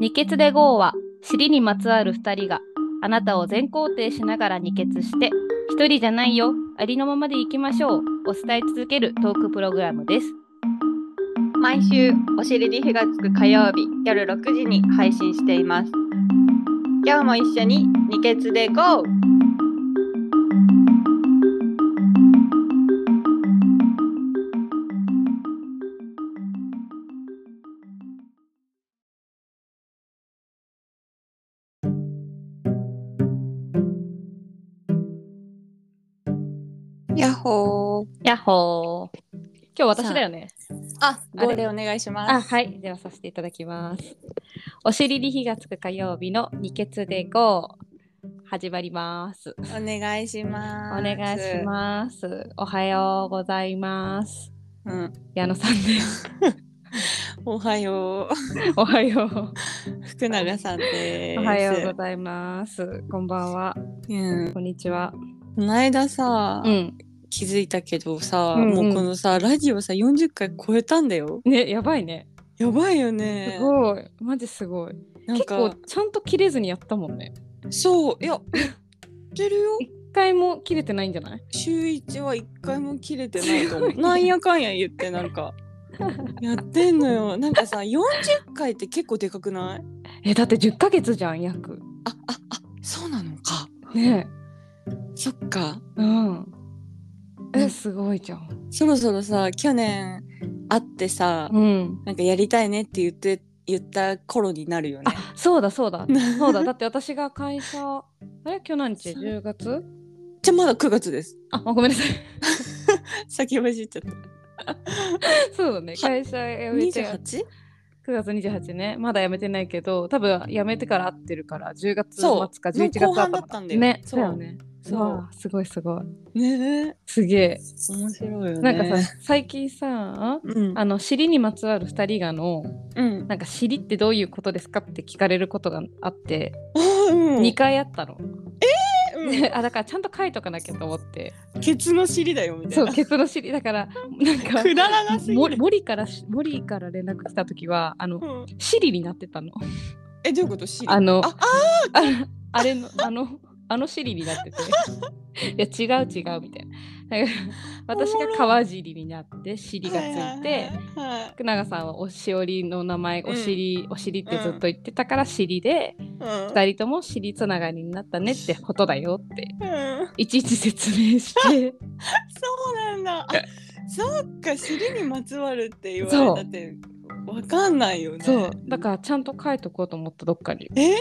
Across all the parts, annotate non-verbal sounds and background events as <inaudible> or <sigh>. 二血で GO は尻にまつわる2人があなたを全肯定しながら二血して一人じゃないよありのままでいきましょうを伝え続けるトークプログラムです毎週お尻に火がつく火曜日夜6時に配信しています今日も一緒に二血で GO! やっほー。やっほー今日私だよねあ、あれ号でお願いします。あはいではさせていただきますお尻に火がつく火曜日の二血で GO 始まりますお願いしおます。願いしますおはようございますす。うん、矢野さんです <laughs> おはよおはようう。福永さんです。おはようございます。こんばんは。うん、こんにちは。この間さ、ん。気づいたけどさ、うんうんもうこのさラジオさ40回超えたんだよ。ね、やばいね。やばいよすね。ごい。マジすごい。なん結構かちゃんと切れずにやったもんね。そういや言ってるよ。一回も切れてないんじゃない週一は一回も切れてないと <laughs> 思う。なんやかんや言ってなんか。やってんのよなんかさ40回って結構でかくないえ、だって10ヶ月じゃん、約。あああそうなのかねそっかえ。うん。うえ、んすごいじゃん。そろそろさ去年会ってさ、うん。なんかやりたいねって言って言った頃になるよね。あ、そうだそうだ。そう <laughs> だ。だって私が会社、あれ今日何日 ?10 月じゃあまだ9月です。あ、ごめんなさい。 <laughs> <laughs> 先走っちゃった。そうだね。会社辞めて。 28? 9月28ねまだ辞めてないけど多分辞めてから会ってるから10月末そうか11月もう後半だったんだよねそそううだよねそうわあすごいすごいねえ。すげえ、面白いよなね。んかさ最近さうん、あの尻にまつわる2人がのうん。なんか尻ってどういうことですかって聞かれることがあって、あ、うん。 2回あったの、うんあだからちゃんと書いとかなきゃと思ってケツの尻だよみたそいうな。ケツの尻だからなんか <laughs> くだらなすぎ森る。森からし森から連絡来た時はあのうん尻になってたのえ、どういうこと尻あのあああれのあのあの尻になってていや違う違うみたいなだから私おもろが川尻になって尻がついてはいはいはい福永さんはおしおりの名前うんお尻、お尻ってずっと言ってたから尻で、はい二人とも尻つながりになったねってことだよってうんうんいちいち説明してそうなんだ。あそっか、尻にまつわるって言そうわれたって、わかんないよね。 <laughs> そうだからちゃんと書いとこうと思ったどっかにえ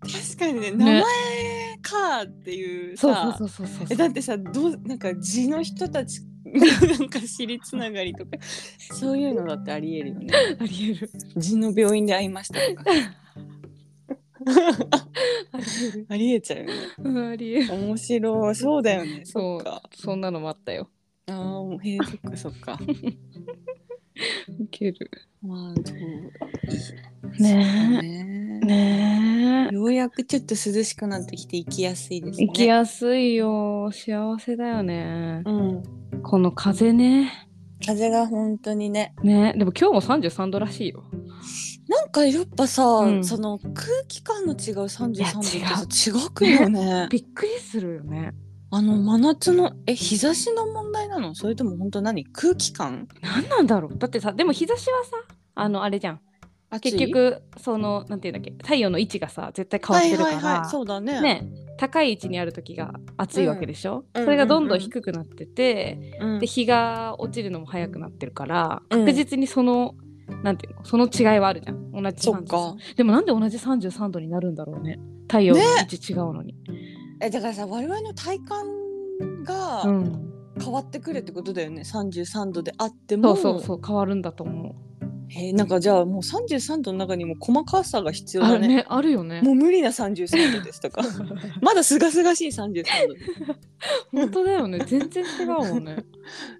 確かにね、名前かっていうさ。そうそうそうそうそえうだってさどうなんか地の人たち <laughs> なんか尻つながりとかそういうのだってありえるよね。ありえる地の病院で会いました <laughs> とかありえるありえちゃうよね。うんありえる面白いそうだよね。そそうっか。そんなのもあったよあーへえそっかそっか。ウケるまあどうねねえねえようやくちょっと涼しくなってきて行きやすいですね。行きやすいよ幸せだよねうん。この風ね風が本当にねねでも今日も33度らしいよなんかやっぱさ、うんその空気感の違う33いや度ってさ違くよね。 <laughs> びっくりするよねあの真夏のえ日差しの問題なのそれとも本当何空気感何なんだろうだってさでも日差しはさあのあれじゃん暑い結局そのなんていうんだっけ太陽の位置がさ絶対変わってるから、はいはいはいそうだねね高い位置にある時が暑いわけでしょ、うんそれがどんどん低くなってて、うんで日が落ちるのも早くなってるからうん確実にその、なんていうのその違いはあるじゃん同じそっ33かでもなんで同じ33度になるんだろうね太陽のね位置違うのに、えだからさ我々の体感がうん、変わってくるってことだよね、33度であってそもうそうそう変わるんだと思うえーなんかじゃあもう33度の中にも細かさが必要あだるねねあるよねもう無理な33度ですとかまだすがすがしい33本当だよね全然違うもんね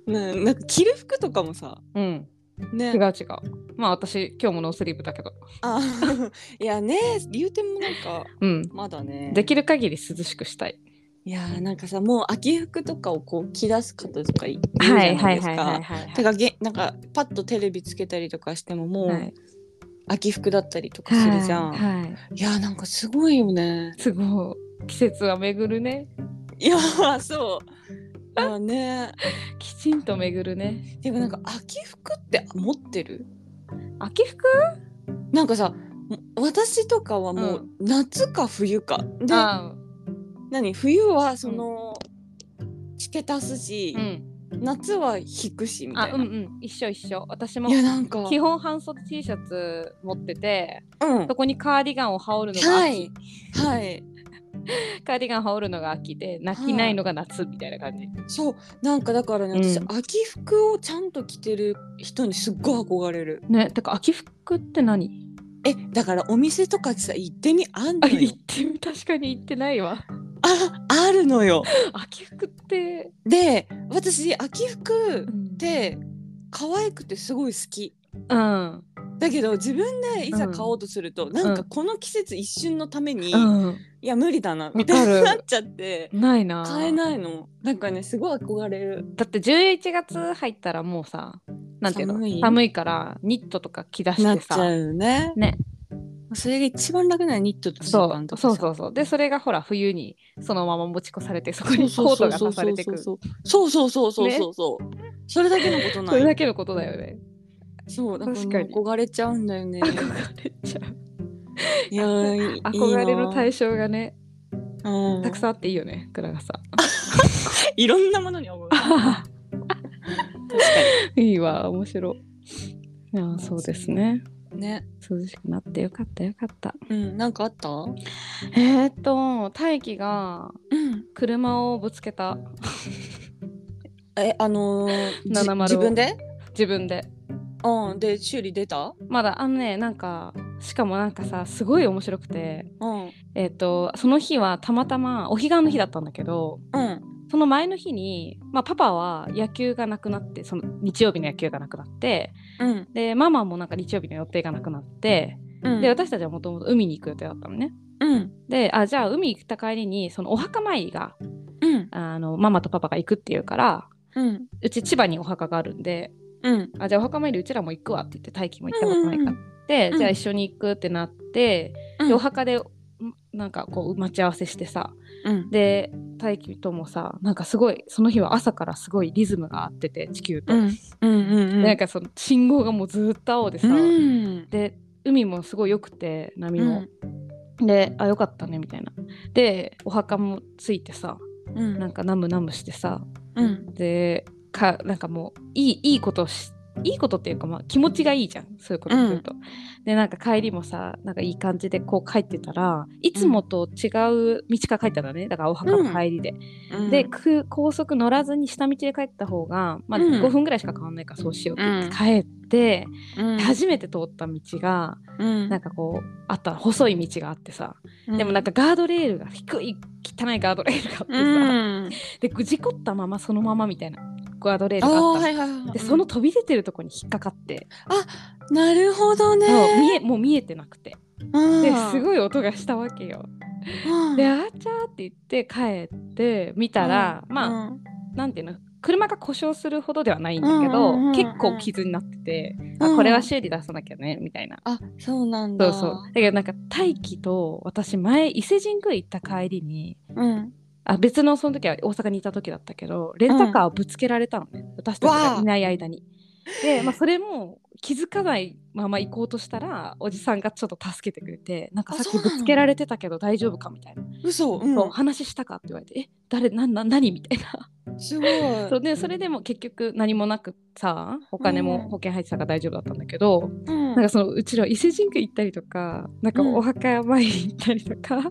度ねなんか着る服とかもさうんね違う違うまあ私今日もノースリーブだけどあ <laughs> いやね言うてもなんかうんまだねできる限り涼しくしたいいやーなんかさもう秋服とかをこう着出す方とかいるじゃないですか。はいてかげなんかパッとテレビつけたりとかしてももう、はい秋服だったりとかするじゃん、いはい、はいやなんかすごい <laughs> よねすごい季節は巡るねいやそうまあねきちんと巡るねでもなんか秋服って持ってる秋服なんかさ私とかはもう夏か冬か、であ何冬はその、付け足すしう、ん夏は引くしみたあいな、うんうん一緒一緒私もいやなんか基本半袖 T シャツ持っててうんそこにカーディガンを羽織るのが秋、はいはいカーディガン羽織るのが秋で泣きないのが夏みたいな感じ、そうなんかだからうね、ん私秋服をちゃんと着てる人にすっごい憧れるねてか秋服って何えだからお店とかさ行ってみあんあのよ行ってみ確かに行ってないわああるのよ秋服って、で私秋服っでて可愛くてすごい好きうんだけど自分でいざうん買おうとすると、なんかこの季節一瞬のために、うんいや無理だなかるみたいになっちゃってないな買えないのなんかねすごい憧れるだって11月入ったらもうさなんていうの寒いからニットとか着だなしってちゃさうねねそれが一番楽なのニットとジそーパンうとかそさうそうそうでそれがほら冬にそのまま持ち越されてそこにコートが刺されてくるそそうそうそうそうそうそう、それだけのこと <laughs> なれいだけのことだよねそうだから確かに憧れちゃうんだよね憧れちゃういやーいい憧れのイ対象がねプたくんさんあっていいよね倉がさん <laughs> いろんなものに憧れる確いいわ面白いいやーそうです <laughs> ねかにね涼しくなってよかったよかったうんなんかあったうえー、っと大輝がん車をぶつけたえあのー、じ70自分で自分でうんで修理出たまだあのねなんかしかもなんかさすごい面白くてうんえっ、とその日はたまたまお彼岸の日だったんだけどうんその前の日に、まあ、パパは野球がなくなってその日曜日の野球がなくなってうんでママもなんか日曜日の予定がなくなってうんで私たちはもともと海に行く予定だったのね。うんであじゃあ海行った帰りにそのお墓参りがうんあのママとパパが行くっていうからうんうち千葉にお墓があるんでうんあじゃあお墓参りうちらも行くわって言って大輝も行ったことないからって、うんうんじゃあ一緒に行くってなって、うんでお墓でんなんかこう待ち合わせしてさうんで大輝ともさなんかすごいその日は朝からすごいリズムが合ってて地球と、うんうんうんなんかその信号がもうずっと青でさ、うんで海もすごい良くて波も、であよかったねみたいなでお墓もついてさうんなんかナムナムしてさうんでかなんかもういいいいことをしいいことっていうか、まあ、気持ちがいいじゃんそういうことすると。でなんか帰りもさなんかいい感じでこう帰ってたらいつもと違う道から帰ったんだねだからお墓の帰りで。うんでく高速乗らずに下道で帰った方が、まあ、うん5分ぐらいしか変わんないからそうしようって言ってうん帰って、うん初めて通った道がうんなんかこうあった細い道があってさ、でもなんかガードレールが低い汚いガードレールがあってさ、うんでぐ事故ったままそのままみたいなガードレールあがあったあのはいはいはいでその飛び出てるとこに引っかかって、なるほどねもう見えもう見えてなくてですいごい音がしたわけよ。であーちゃーって言って帰って見たら、まあなんていうの車が故障するほどではないんだけど、うんうんうんうん結構傷になってて、あこれは修理出さなきゃねみたいな。あそうなんそだうそうだけどなんか大輝と私前伊勢神宮行った帰りにうんあ別のその時は大阪にいた時だったけどレンタカーをぶつけられたのね、私たちがいない間に。で、まあ、それも気づかないまま行こうとしたらおじさんがちょっと助けてくれてなんかさっあきそうなぶのつけられてたけど大丈夫かみたいな嘘う「そうん話したか?」って言われて「え誰なな何?」みたいなすごいそうでそれでも結局何もなくさお金うんも保険入ってたから大丈夫だったんだけど、うんなんかそのうちら伊勢神宮行ったりとかなんかうんお墓参り行ったりとか、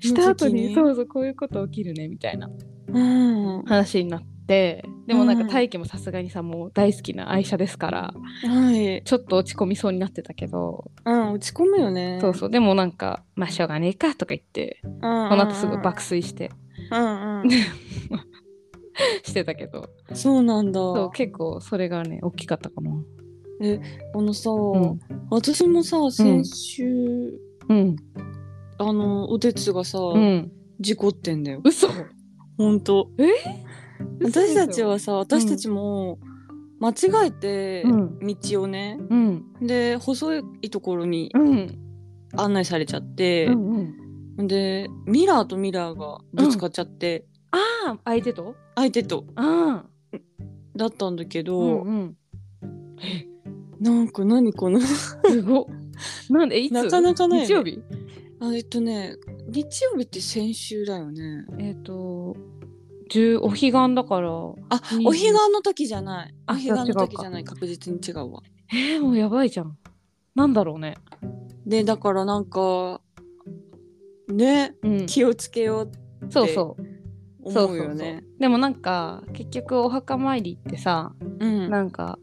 した後に時期にそうそうこういうこと起きるねみたいなうんは話になってでもなんかうん大輝もさすがにさもう大好きな愛車ですからいちょっと落ち込みそうになってたけど、うん落ち込むよねそうそうでもなんかまあしょうがねえかとか言ってうんその後すぐ爆睡して <laughs> うんうんしてたけどそうなんだそう結構それがね大きかったかな。このさん私もさ先週うんあのおてつがさうん事故ってんだよ嘘本当え私たちはさ私うんたちも、間違えてうん道をね、うんで細いところにうん案内されちゃってう、んうんでミラーとミラーがぶつかっちゃって、ああ相手と相手とうんだったんだけど、うんうんなんか何このすごっなんでえいつなかなかないよね日曜日あえっとね日曜日って先週だよねえっ、と十お彼岸だからあうんお彼岸の時じゃないおあ彼岸のじゃあ違うか時じゃない確実に違うわえー、もうやばいじゃんなんだろうねでだからなんかねうん気をつけようってそうそうそう思そううそうよねでもなんか結局お墓参りってさうんなんか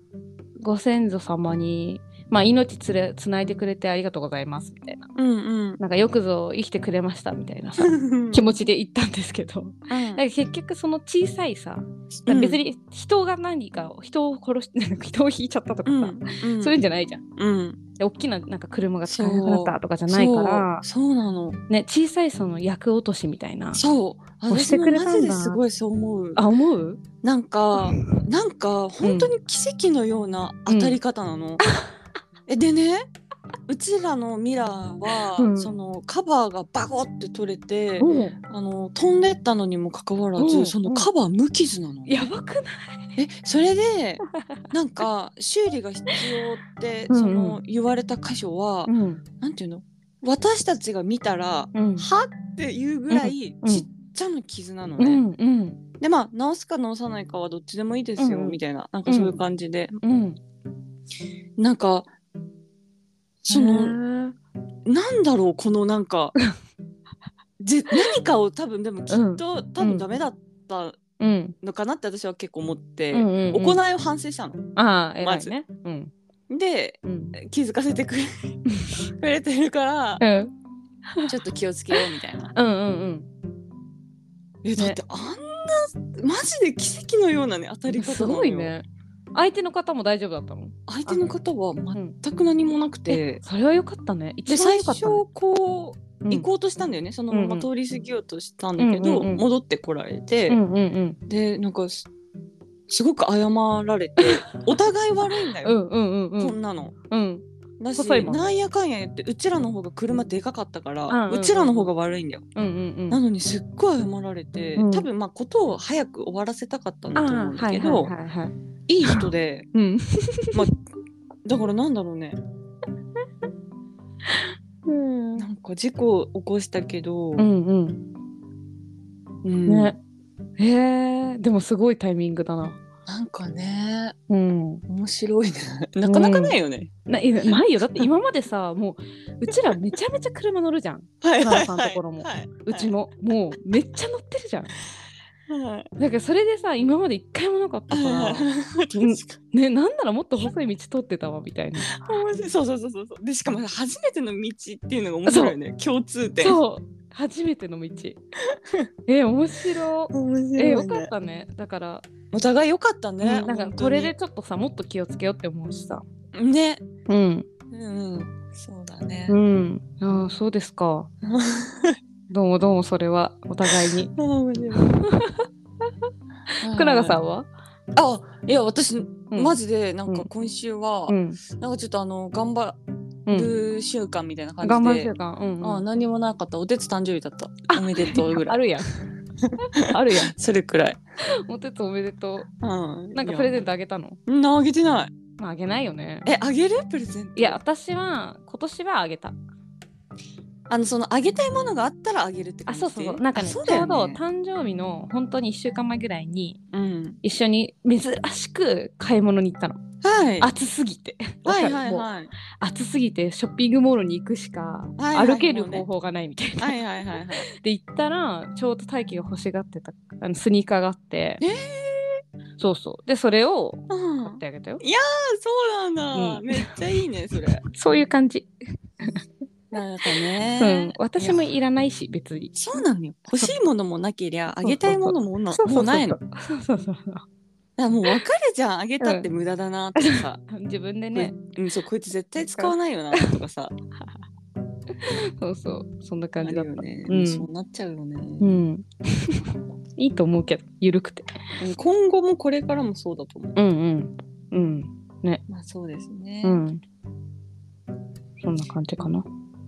ご先祖様にまあ命つれつないでくれてありがとうございますみたいなうんなんかよくぞ生きてくれましたみたいなさうん気持ちで行ったんですけどうんなんか結局その小さいさ、うん別に人が何か人を殺して <laughs> 人を引いちゃったとかうさ、んう <laughs> んそういうんじゃないじゃん。うんで大きななんか車が使えなくなったとかじゃないから、そうそうなのね、小さいその役落としみたいな。そう押して私もくれたんだマジですごいそう思うあ思うなんかなんか本当に奇跡のような当たり方なの。 <laughs> えでねうちらのミラーは、うんそのカバーがバコって取れて、おあの飛んでったのにもかかわらず、うんそのカバー無傷なの。やばくないえそれでなんか修理が必要ってうんうんその言われた箇所は、んなんていうの私たちが見たら、うんはっていうぐらいうんちっちゃな傷なのうね。んうんでまあ直すか直さないかはどっちでもいいですよ、うんうんみたいななんかそういう感じで、うん。なんかその、のなんだろうこのなんかぜ何かを多分でもきっと、多分ダメだったうんのかなって私は結構思って、うんうんうん行いを反省したの。ああ偉まいずね。うんでうん気づかせてくれくれてるからうんちょっと気をつけようみたいな。うんうんえだってあんなマジで奇跡のようなね当たうりん。方すなのよごいね。相手の方も大丈夫だったの。相手の方はん全く何もなくて。えそれは良かったね。で一番最良かった、ね。初こううん行こうとしたんだよね、そのうんうままん通り過ぎようとしたんだけど、うんうんうん戻ってこられて、うんうんうん。でなんかすすごく謝られてお互い悪いんだうよ、んうんうんうこんんなの。うんだし細いもんねなんやかんや言ってうちらの方が車でかかったから、ううんうんうんちらの方が悪いんだよ。うんうんなのにすっごい謝られて、うん多分まあことを早く終わらせたかったんあだと思うんあだはけいど、はいはいはいいい人で <laughs> うんだからなんだろうねうんなんか事故を起こしたけど、うんうんねへえでもすごいタイミングだななんかねうん面白いね <laughs> なかなかないよね、ないないよだって今までさもううちらめちゃめちゃ車乗るじゃんはいはいはいはいはいうちも、ももうめっちゃ乗ってるじゃんはいだからそれでさ今まで一回もなかったから確かうんにねなんならもっと細い道通ってたわみたいな面白いそうそうそうそうでしかも初めての道っていうのが面白いよね共通点うそう初めての道え面白面えよ白い、かっね、たねだからお互いよかったね、うんなんかこれでちょっとさもっと気をつけようって思うしさ本当にねうんうんうんそうだね、うんああそうですかどうもどうもそれはお互いに面白い福永さんは、あいや私、うん、マジでなんうかん今週は、うん、なんかちょっとあの頑張うん、る週間みたいな感頑張じるで、週間うん、あうん、何もなかったおてつ誕生日だったおめでとうぐらあいるやん <laughs> あるやそれくらい、んおてつおめでとううん、なんかプレゼントトあげたのなあげてないまああげないよねえあげるプレゼントいや私は今年はあげたあのそのあげたいものがあったらあげるってあ感じそうそうそうなんかねあそうちだょようどね誕生日の本当に1週間前ぐらいにうん一緒に珍しく買い物に行ったのはい暑すぎてはいはわいかはるいもうはい暑すぎてショッピングモールに行くしかはいはい歩けるもうね方法がないみたいな。はいはいはいで行ったらちょうど大輝が欲しがってたあのスニーカーがあってえーそうそうでそれをうん買ってあげたよあそうなんだ、うんめっちゃいいねそれそういう感じ、なんかうんね、私もいらないし別にそうなのよ欲しいものもなけりゃあげたいものもなそうそうもそううないのだかそうそうそうらもう分かるじゃんあげたって無駄だなとかさ、自分でねうん、そうこいつ絶対使わないよなとかさそうそうそんな感じだった、あるよね、うんそうなっちゃうよね、うん <laughs> いいと思うけどゆるくて今後もこれからもそうだと思ううんうんうん。まあそうですね。うん。そんな感じかな。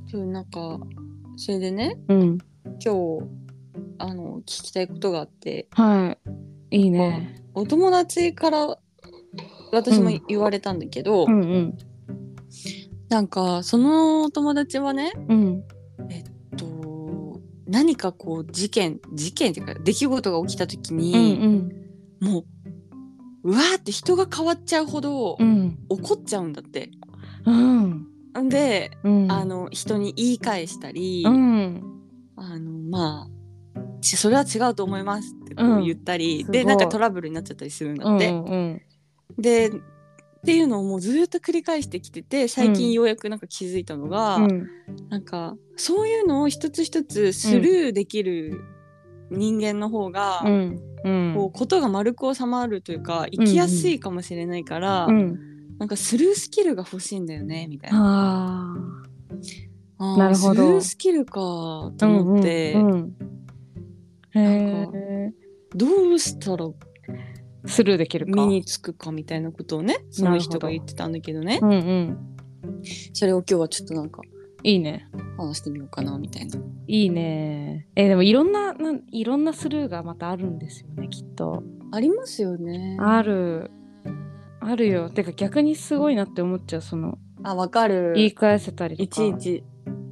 そうなんかそれでねうん。今日あの聞きたいことがあってはい。いいね。お友達から私もうん言われたんだけど、うんうん。なんかそのお友達はね、うん。えっと、何かこう事件事件っていうか出来事が起きた時うに、んもううわーって人が変わっちゃうほどうん。うん。怒っちゃうんだって。うん。んで、うん。あの人に言い返したり、うん。あのまあちそれは違うと思いますってこう言ったり、うんですごいなんかトラブルになっちゃったりするんうだん。って、うん。でっていうのをもうずーっと繰り返してきてて最うん近ようやくなんか気づいたのが、うん。なんかそういうのを一つ一つスルーできる人間の方が、うん。うん。こうことが丸く収まるというか生きやすいかもしれないから、うん。なんかスルースキルが欲しいんだよねみたいな。ああ。あーなるほどスルースキルかと思って、うんうんうん、なへんかえ。どうしたらスルーできるか。身につくかみたいなことをねその人が言ってたんだけどねうんうん。それを今日はちょっとなんかいいね。話してみようかなみたいないいね。えーでもいろんななんいろんなスルーがまたあるんですよねきっと。ありますよねああるあるよ。てか逆にすごいなって思っちゃうそのわかる言い返せたりといか。ちいち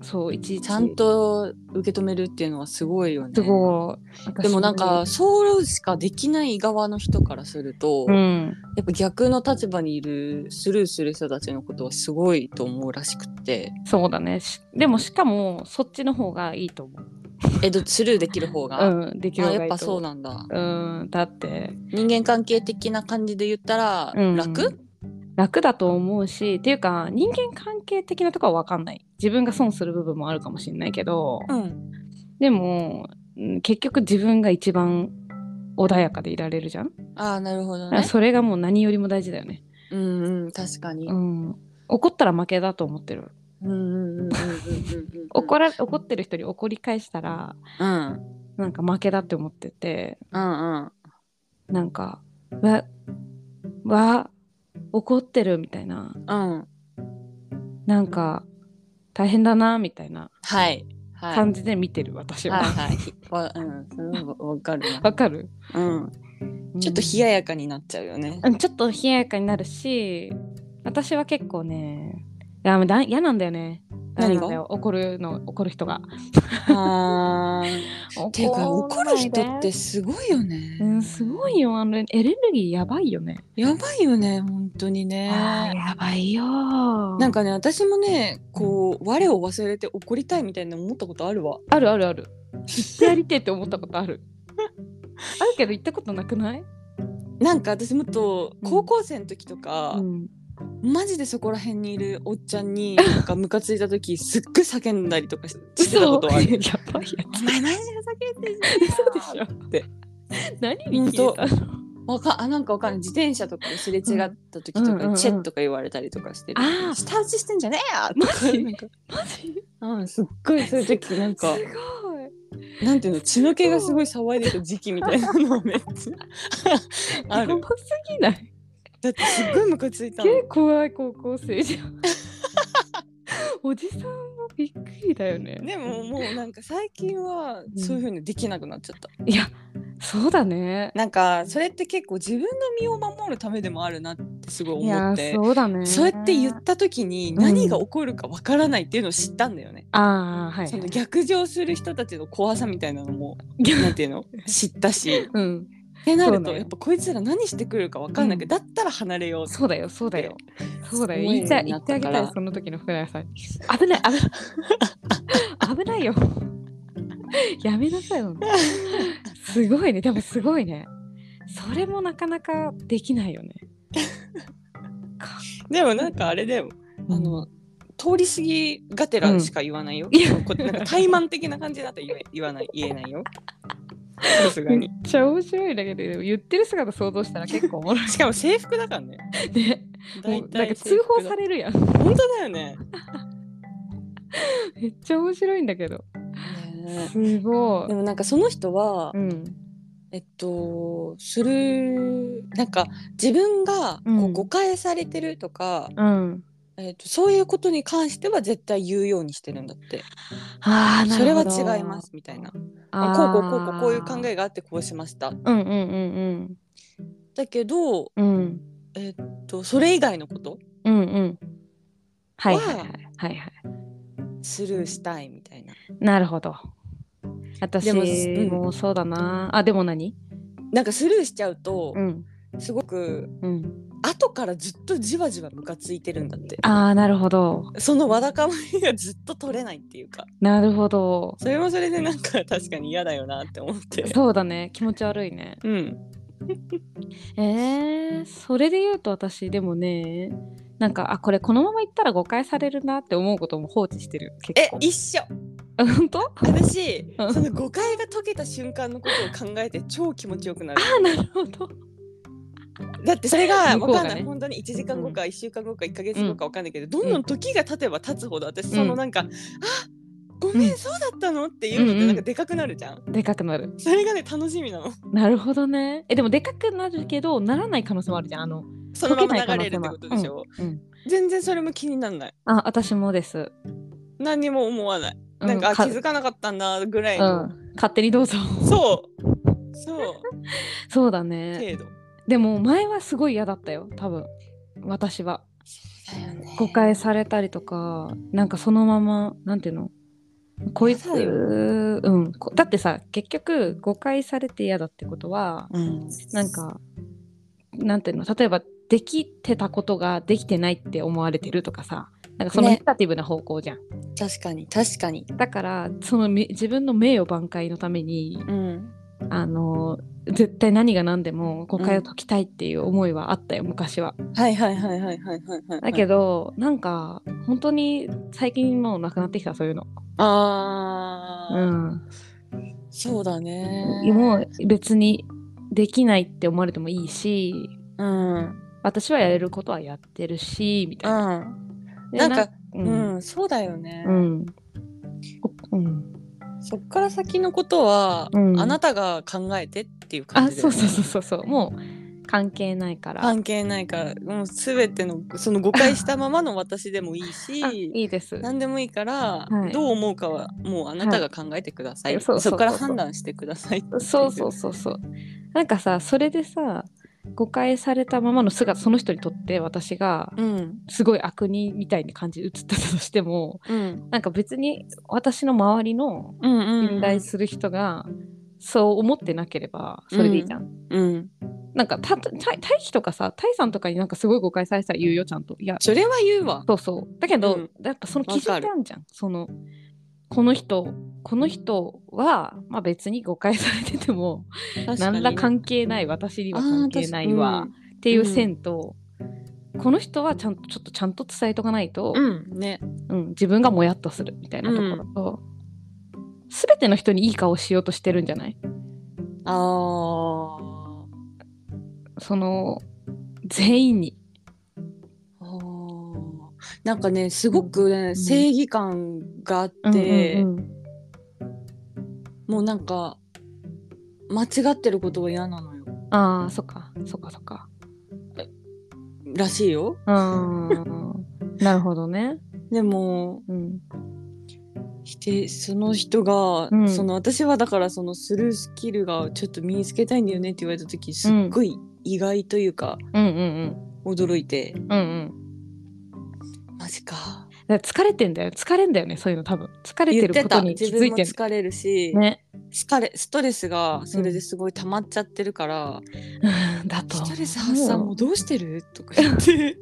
そういちいち。ちゃんと受け止めるっていうのはすごいよねすごい。でもなんかそうしかできない側の人からすると、うやん。っぱ逆の立場にいるスルーする人たちのことはすごいと思うらしくってそうだね。しでもしかもそっちの方がいいと思う。えどスルーできる方が、うん。できるあ方やがっいいと思う。ぱそうなんだうん。だって人間関係的な感じで言ったらうん楽、楽だと思うしっていうか人間関係的なとこは分かんない自分が損する部分もあるかもしれないけど、うん、でもうん結局自分が一番穏やかでいられるじゃん、ああなるほどだからね。それがもう何よりも大事だよね、うんうん確かに。ううんん、怒ったら負けだと思ってるうんうんうんうんうんうん。怒ら怒ってる人に怒り返したらうんなんか負けだって思っててうんうん。なんかわわ怒ってるみたいなうんなんか大変だなみたいなはいはい。感じで見てる、私は。はいわ、はい。ひわうんそれはわかるな。かるうん。ちょっと冷ややかになっちゃうよね。うんちょっと冷ややかになるし私は結構ねいやだ嫌なんだよねダメ何がなんだよ怒るの怒る人がああ。ていうか怒る人ないっでてすごいようね。んすごいよあのエネルギーやばいよね、やばいよね本当にね。あーやばいよなんかかね私もねこう我を忘れて怒りたいみたいな思ったことあるわ。あるあるある行ってやりてえって思ったことあるあるけど行ったことなくない、なんか私もっとうん高校生の時とか、うん、マジでそこら辺にいるおっちゃん <laughs> になんかムカついた時すっごい叫んだりとかししてたことはあやる。ばいやお前マジで叫んでんつそうでしじゃん。ょて何に聞いたのわかあなんかわかんない自転車とかですれ違った時とか、うんうんうんうんチェッとか言われたりとかしてるあー下打ちしてんじゃねえよ <laughs> とマかジなんか、マジうん、すっごいそういう時なんすごかい <laughs> なんていうの血の気がすごい騒いでた時期みたいなのをめっち <laughs> ゃあやるばすぎないだってすっごいムカついたすっのげえ怖い高校生じゃん。おじさんもびっくりだよね。でももうなんか最近はんそういうふうにできなくなっちゃった、いや、そうだね。なんかそれって結構自分の身を守るためでもあるなってすごいい思やっ、てそうだね。そうやって言った時にん何が起こるかわからないっていうのを知ったんだよね、ああ、はいそのはい。逆上する人たちの怖さみたいなのも <laughs> なんていうの知ったしっうん。てなそうるなとのやっぱこいつら何してくるかわかんないけど、だったら離れようそうだよ、そうだよ。そうだすよ。ごい言ってに言なっってあたげからたい、その時の福永さんに。危ない、危な <laughs> い。危ないよ。やめなさいよ。すごいね、でもすごいね。それもなかなかできないよね。でもなんかあれだよあの通り過ぎがてらしか言わないよ、いやこなんか怠慢的な感じだと言え言わない言えないよさすがめっにちゃ面白いんだけど、言ってる姿想像したら結構おもろいしかも制服だからねね。大なん体か通報されれるやん。本当だよねめっちゃ面白いんだけど。すごでい。もなんかその人はうん。えっとするなんか自分がこううん誤解されてるとか、うん。えっと、そういうことに関しては絶対言うようにしてるんだってああ、なそれるはほど。違いま。すみたいなああーこうこうこうこうこういう考。えがあってこうしましたうんうんうんだけど、うん。うん。えっと、それ以外のことうんうん。はいはいはわい。はいはい。スルーしたいみたいななるほど。私でももそうだな。あ、でも何なんかスルーしちゃうとう、ん。すごくうん。後からずっとじわじわムカついてるんだってああ、なるほど。そのわだかまりがずっと取れないっていうかなるほど。それもそれでなんか確かに嫌だよなって思ってそうだね。気持ち悪いね。うんえー、それで言うと私でもねなんかあこれこのまま行ったら誤解されるなって思うことも放置してる結え構一緒え本当私うんその誤解が解けた瞬間のことを考えて超気持ちよくなるあなるほどだってそれが向こわうがかねんない本当に1時間後か1週間後か1か月う後んかわかんないけどどんどん時が経てば経つほど私そうのんなんか「あごめうんそうだったの?」っていうのうっんうてんなんかでかくなるじゃんでかくなるそれがね楽しみなのなるほどねえでもでかくなるけどならない可能性もあるじゃんあのそのまま流れるってことでしょうん全然それも気にならないあ私もです、何にも思わないなんかあう気づかなかったんだぐらいうのん、勝手に <laughs> どうぞそうそうそうだね程度でも前はすごい嫌だったよ多分私はだよね誤解されたりとかなんかそのままなんていうのこいつやだようんこだってさ結局誤解されて嫌だってことはうんなんかなんていうの例えばできてたことができてないって思われてるとかさなんかそのねネガティブな方向じゃん、確かに確かにだからそのみ自分の名誉挽回のためにうんあの絶対何が何でも誤解を解きたいっていう思いはあったよ、昔は。はいはいはいはいはいはいはいだけど、なんか本当に最近もうなくなってきたそういうの。ああ、うん、そうだねもう別にできないって思われてもいいしうんうん私はやれることはやってるしみたいな。でなんかううんん、そうだよね、うんうん、そっから先のことは、うんあなたが考えてっていう感あじだそようねそうそうそうそうもう関係ないから。関係ないからもう全てのその誤解したままの私でもいいし <laughs> あいいです。何でもいいから、はいどう思うかはもうあなたが考えてください、はいそうそうそうそこから判断してくださいっていそうそうそうそう。なんかさそれでさ誤解されたままの姿その人にとって私がうんすごい悪人みたいな感じで映ったとしてもうんなんか別に私の周りのうんうん信頼する人がそう思ってなければそれでいいじゃん。うんなんかたた大輝とかさ大さんとかになんかすごい誤解されてたら言うよちゃんと。いやそれは言うわそうそうだけど、うんやっぱその基準わっかてるあるじゃんそのこの人この人は、まあ、別に誤解されてても何ら関係ない私には関係ないわ、っていう線と、この人はちゃんとちょっとちゃんと伝えとかないと、うん、うん、ねうん自分がもやっとするみたいなところと、全ての人にいい顔しようとしてるんじゃないあーその全員に。あーなんかねすごく、ねん正義感があって、うんうんうんもうなんか間違ってることは嫌なのよああそっかそっかそっか。らしいようーん <laughs> なるほどね。でもうん否定その人が、うんその私はだからそのスルースキルがちょっと身につけたいんだよねって言われた時すっごい意外というか、うんうん驚いてうんうんうんマジかだから疲れてんだよ疲れんだよねそういうの多分疲れて言っるてことたに気自づ分いもてる疲れるし、ね疲れストレスがそれですごい溜まっちゃってるから、うんだとストレス発散ももうどうしてるとか言 <laughs> って。う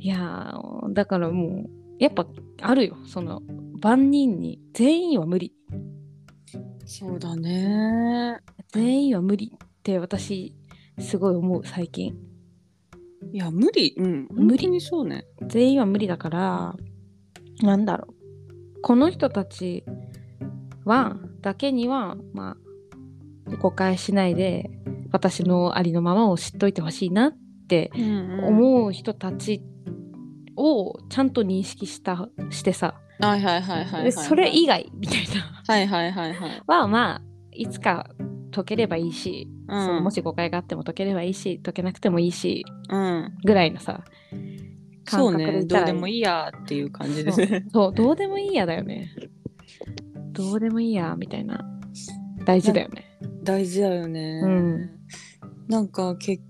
いやーだからもうやっぱあるよその万人に全員は無理そうだね。全員は無理って私すごい思う最近いや無理、うん、無無理理にそうね。全員は無理だからなんだろうこの人たちはだけにはまあ誤解しないで私のありのままを知っといてほしいなって思思う人たちをちゃんと認識したしてさ、うん。はいはいはいはいはい。でそれ以外みたいな <laughs> はいはいはいはい。はまあいつか解ければいいし、うそのんもし誤解があっても解ければいいし解けなくてもいいしうんぐらいのさそ感う覚でねいたどらうでもいいやっていう感じですねそうどうでもいいやだよねどうでもいいやみたいな大事だよね大事だよね、うんなんかけ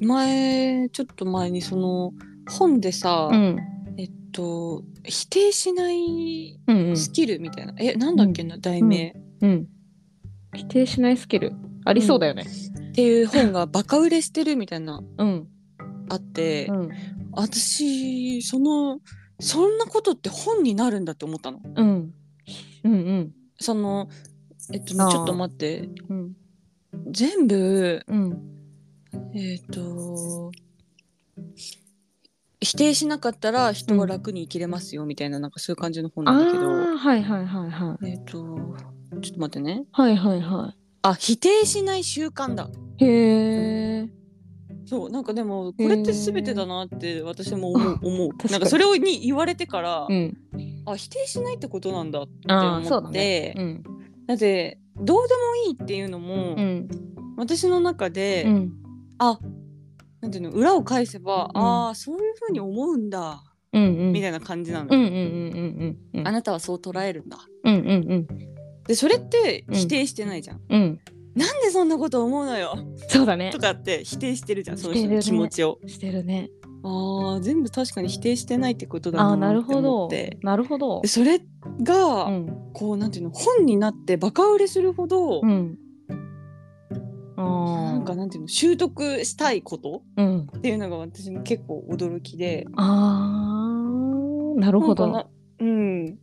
前ちょっと前にその本でさ、うんえっと否定しないうんうんスキルみたいな、えなんだっけな、題名、うん否定しないスキルありそうだよねっていう本がバカ売れしてるみたいなうんあって、うん私そのそんなことって本になるんだって思ったの。うんうんそのえっとあーねちょっと待ってうん全部うんえっと否定しなかったら人は楽に生きれますよみたいななんかそういう感じの本あなんだけどあはいはいはいはいえっとちょっと待ってねはいはいはあ否定しない習慣だいへえそうなんかでもこれって全てだなって私も思う思確かうになんかそれをに言われてから、うんあ否定しないってことなんだってああそ思うだっねてうんだってどうでもいいっていうのも、うん私の中で、うんあなんていうの裏を返せば、うんああそういうふうに思うんだうんうんみたいな感じなの、うんうんうんうんうんあなたはそう捉えるんだうんうんうんでそれってうん否定してないじゃん、うんなんでそんなこと思うのよそうだねとかって否定してるじゃんそのして人るのね気持ちを、してるねあー全部確かに否定してないってことだああななーるってほ思どってなるほどでそれが、うんこうなんていうの本になってバカ売れするほど、うんあなんかあなんていうの習得したいことうんっていうのが私も結構驚きでああなるほなどんかなうん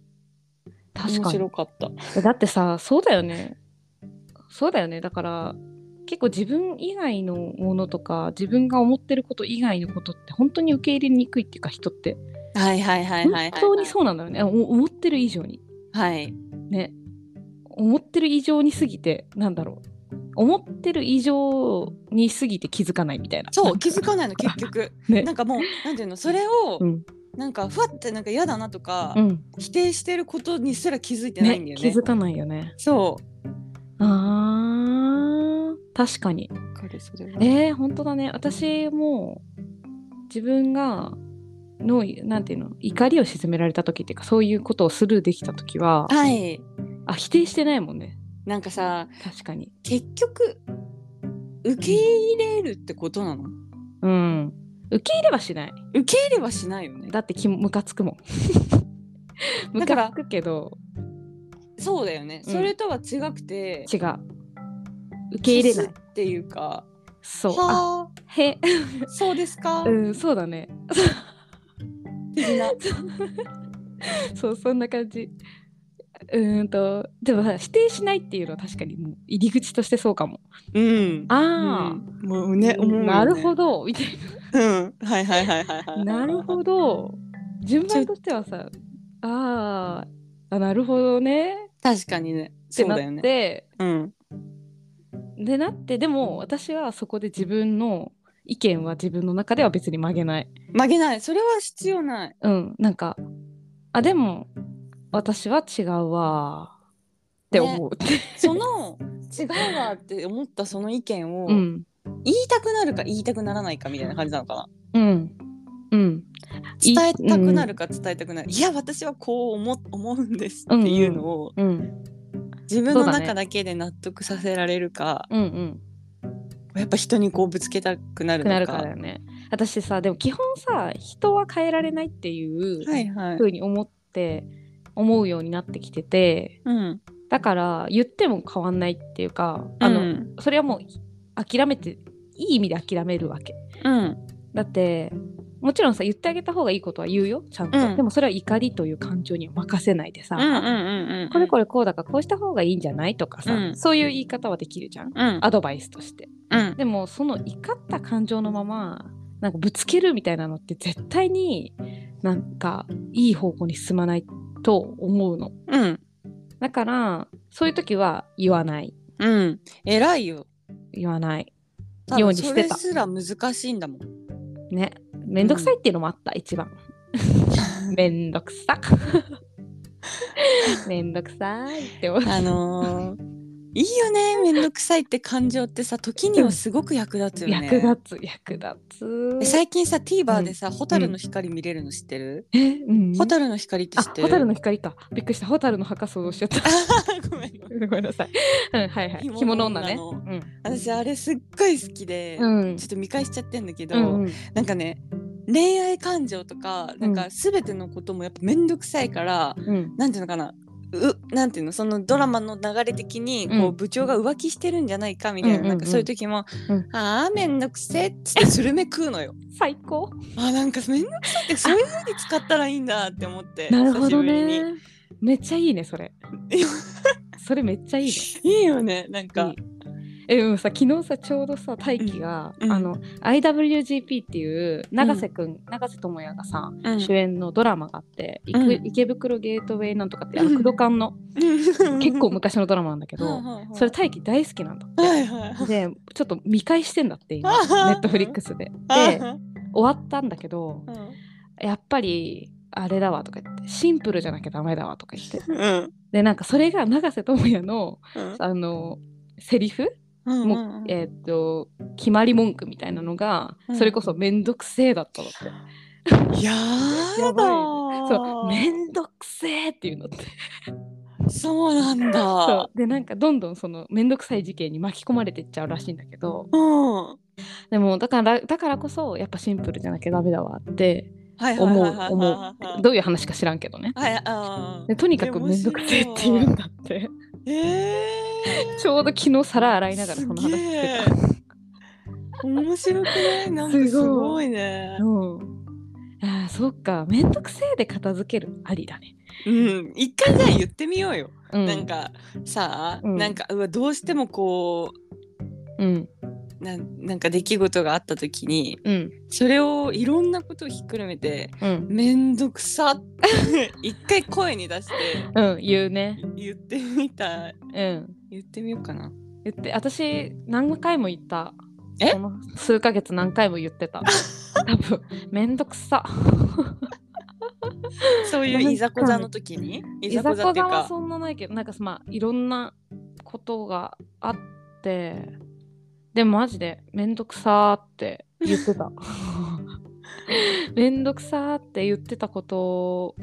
確面かに白かっただってさそうだよねそうだよねだから結構自分以外のものとか自分が思ってること以外のことって本当に受け入れにくいっていうか人ってはいはいはいはいはい、は本い、当にそうなんだよね、お思ってる以上にはいね思ってる以上に過ぎてなんだろう思ってる以上に過ぎて気づかないみたいなそう気づかないの結局 <laughs> ねなんかもうなんていうのそれを、うんなんかふわってなんか嫌だなとか、うん否定してることにすら気づいてないんだねよ気ねづかないよねそうあー確かにわかるそれはえー、本当だね私も自分がのなんていうの怒りを鎮められた時っていうかそういうことをスルーできた時ははいあ否定してないもんねなんかさ確かに結局受け入れるってことなのうん受け入れはしない受け入れはしないよねだってきムカつくもんム <laughs> だからカつくけどそうだよね、うんそれとは違くて違う受け入れなキいスっていうかそうあはへあそうですか、うんそうだね的なそうそんな感じうーんとでもさ否定しないっていうのは確かにもう入り口としてそうかもうんああ、うんもうね思うよねなるほ <laughs> どみたいうんはいはいはいはいはいな。なるほど。順番としてはさ、あーあ、なるほどね。確かにねってそうなだよっねて、うんでなって、でも私はそこで自分の意見は自分の中では別に曲げない。曲げないそれは必要ないうん、なんか、あ、でも私は違うわーって思う。その違うわって思ったその意見を、うん、言いたくなるか言いたくならないかみたいな感じなのかなうん、うん。い伝えたくなるか伝えたくない、いや私はこう思思うんですっていうのを、うん、自分そうのだね中だけで納得させられるか、うん、うん。やっぱ人にこうぶつけたくなるくなのるかからだよね。私さ、でも基本さ、人は変えられないっていう。はいはいふうに思って思うようになってきててうんだから言っても変わんないっていうかあの、うんそれはもう諦めていい意味で諦めるわけうんだってもちろんさ言ってあげた方がいいことは言うよちゃんと、うんでもそれは怒りという感情には任せないでさ、うんうんうんうんこれこれこうだからこうした方がいいんじゃないとかさ、うんそういう言い方はできるじゃんうんアドバイスとしてうんでもその怒った感情のままなんかぶつけるみたいなのって絶対になんかいい方向に進まないと思うのうんだからそういう時は言わないうん偉いよ言わない多分ようにしてたそれすら難しいんだもんねめんどくさいっていうのもあった、一番めんどく <laughs> さめんどくさいって思うあのー <laughs> いいよねめんどくさいって感情ってさ時にはすごく役立つよね役立つ役立つえ最近さ TVer でさ「蛍の光」見れるの知ってるえ、うん、蛍の光ってあ知ってる蛍の光かびっくりした蛍の墓想像しちゃった <laughs> ごめんごめん <laughs> ごめんなさい、うん、はいはい紐の着物女ね女私あれすっごい好きで、うん、うんちょっと見返しちゃってんだけど、うんうんなんかね恋愛感情とかなんうか全てのこともやっぱめんどくさいから、うんなんていうのかなうなんていうのそのドラマの流れ的にこう、うん部長が浮気してるんじゃないかみたいな,、うんうんうんなんかそういう時も「うんああめんどくせえ」っつってスルメ食うのよ。最高あーなんかめんどくさいってそういうふうに使ったらいいんだって思ってなるほど久しぶねめっちゃいいねそ <laughs> れりにそれめっちゃいいねいいよねなんか。いいえでもさ昨日さちょうどさ大輝が、うんうんあの IWGP っていう永瀬くん、永瀬智也がさ、うん主演のドラマがあって、いくうん池袋ゲートウェイなんとかってあうんの工藤館の、結構 <laughs> む昔のドラマなんだけど、それ大輝大好きなんだって、はいはいはいでちょっと見返してんだって今ネットフリックスでで <laughs> あ終わったんだけどーやっぱりあれだわとか言ってシンプルじゃなきゃダメだわとか言ってうんうんでなんかそれが永瀬智也のうんあのセリフうんもううんうんえーっと決まり文句みたいなのが、うんそれこそ面倒くせえだったのって、やーやばいだそうね面倒くせえっていうのってそうなんそだうでなんかどんどんその面倒くさい事件に巻き込まれていっちゃうらしいんだけどうんはでもだからだからこそやっぱシンプルじゃなきゃダメだわっていはいはい思うはい思はういどういう話か知らんけどねはいあーでとにかく面倒くせえって言うんだってえちょうど昨日皿洗いながらその話してたすー面白くないなんかすごいねうんあーそっか面倒くせえで片付けるありだね、うん一回じゃあ言ってみようようん、なんかさあうんなんかうわどうしてもこうんうなんなんか出来事があった時にうんそれをいろんなことをひっくるめてうんめんどくさって <laughs> 一回声に出してうん言うね <laughs> 言ってみたうん言ってみようかな言って私何回も言ったえこの数ヶ月何回も言ってた多分めんどくさそういなうんかいざこざの時にいいざざここざざっていうはかそんなないけどなんかまあいろんなことがあってでもマジでめんどくさーって言ってた <laughs> めんどくさーって言ってたこと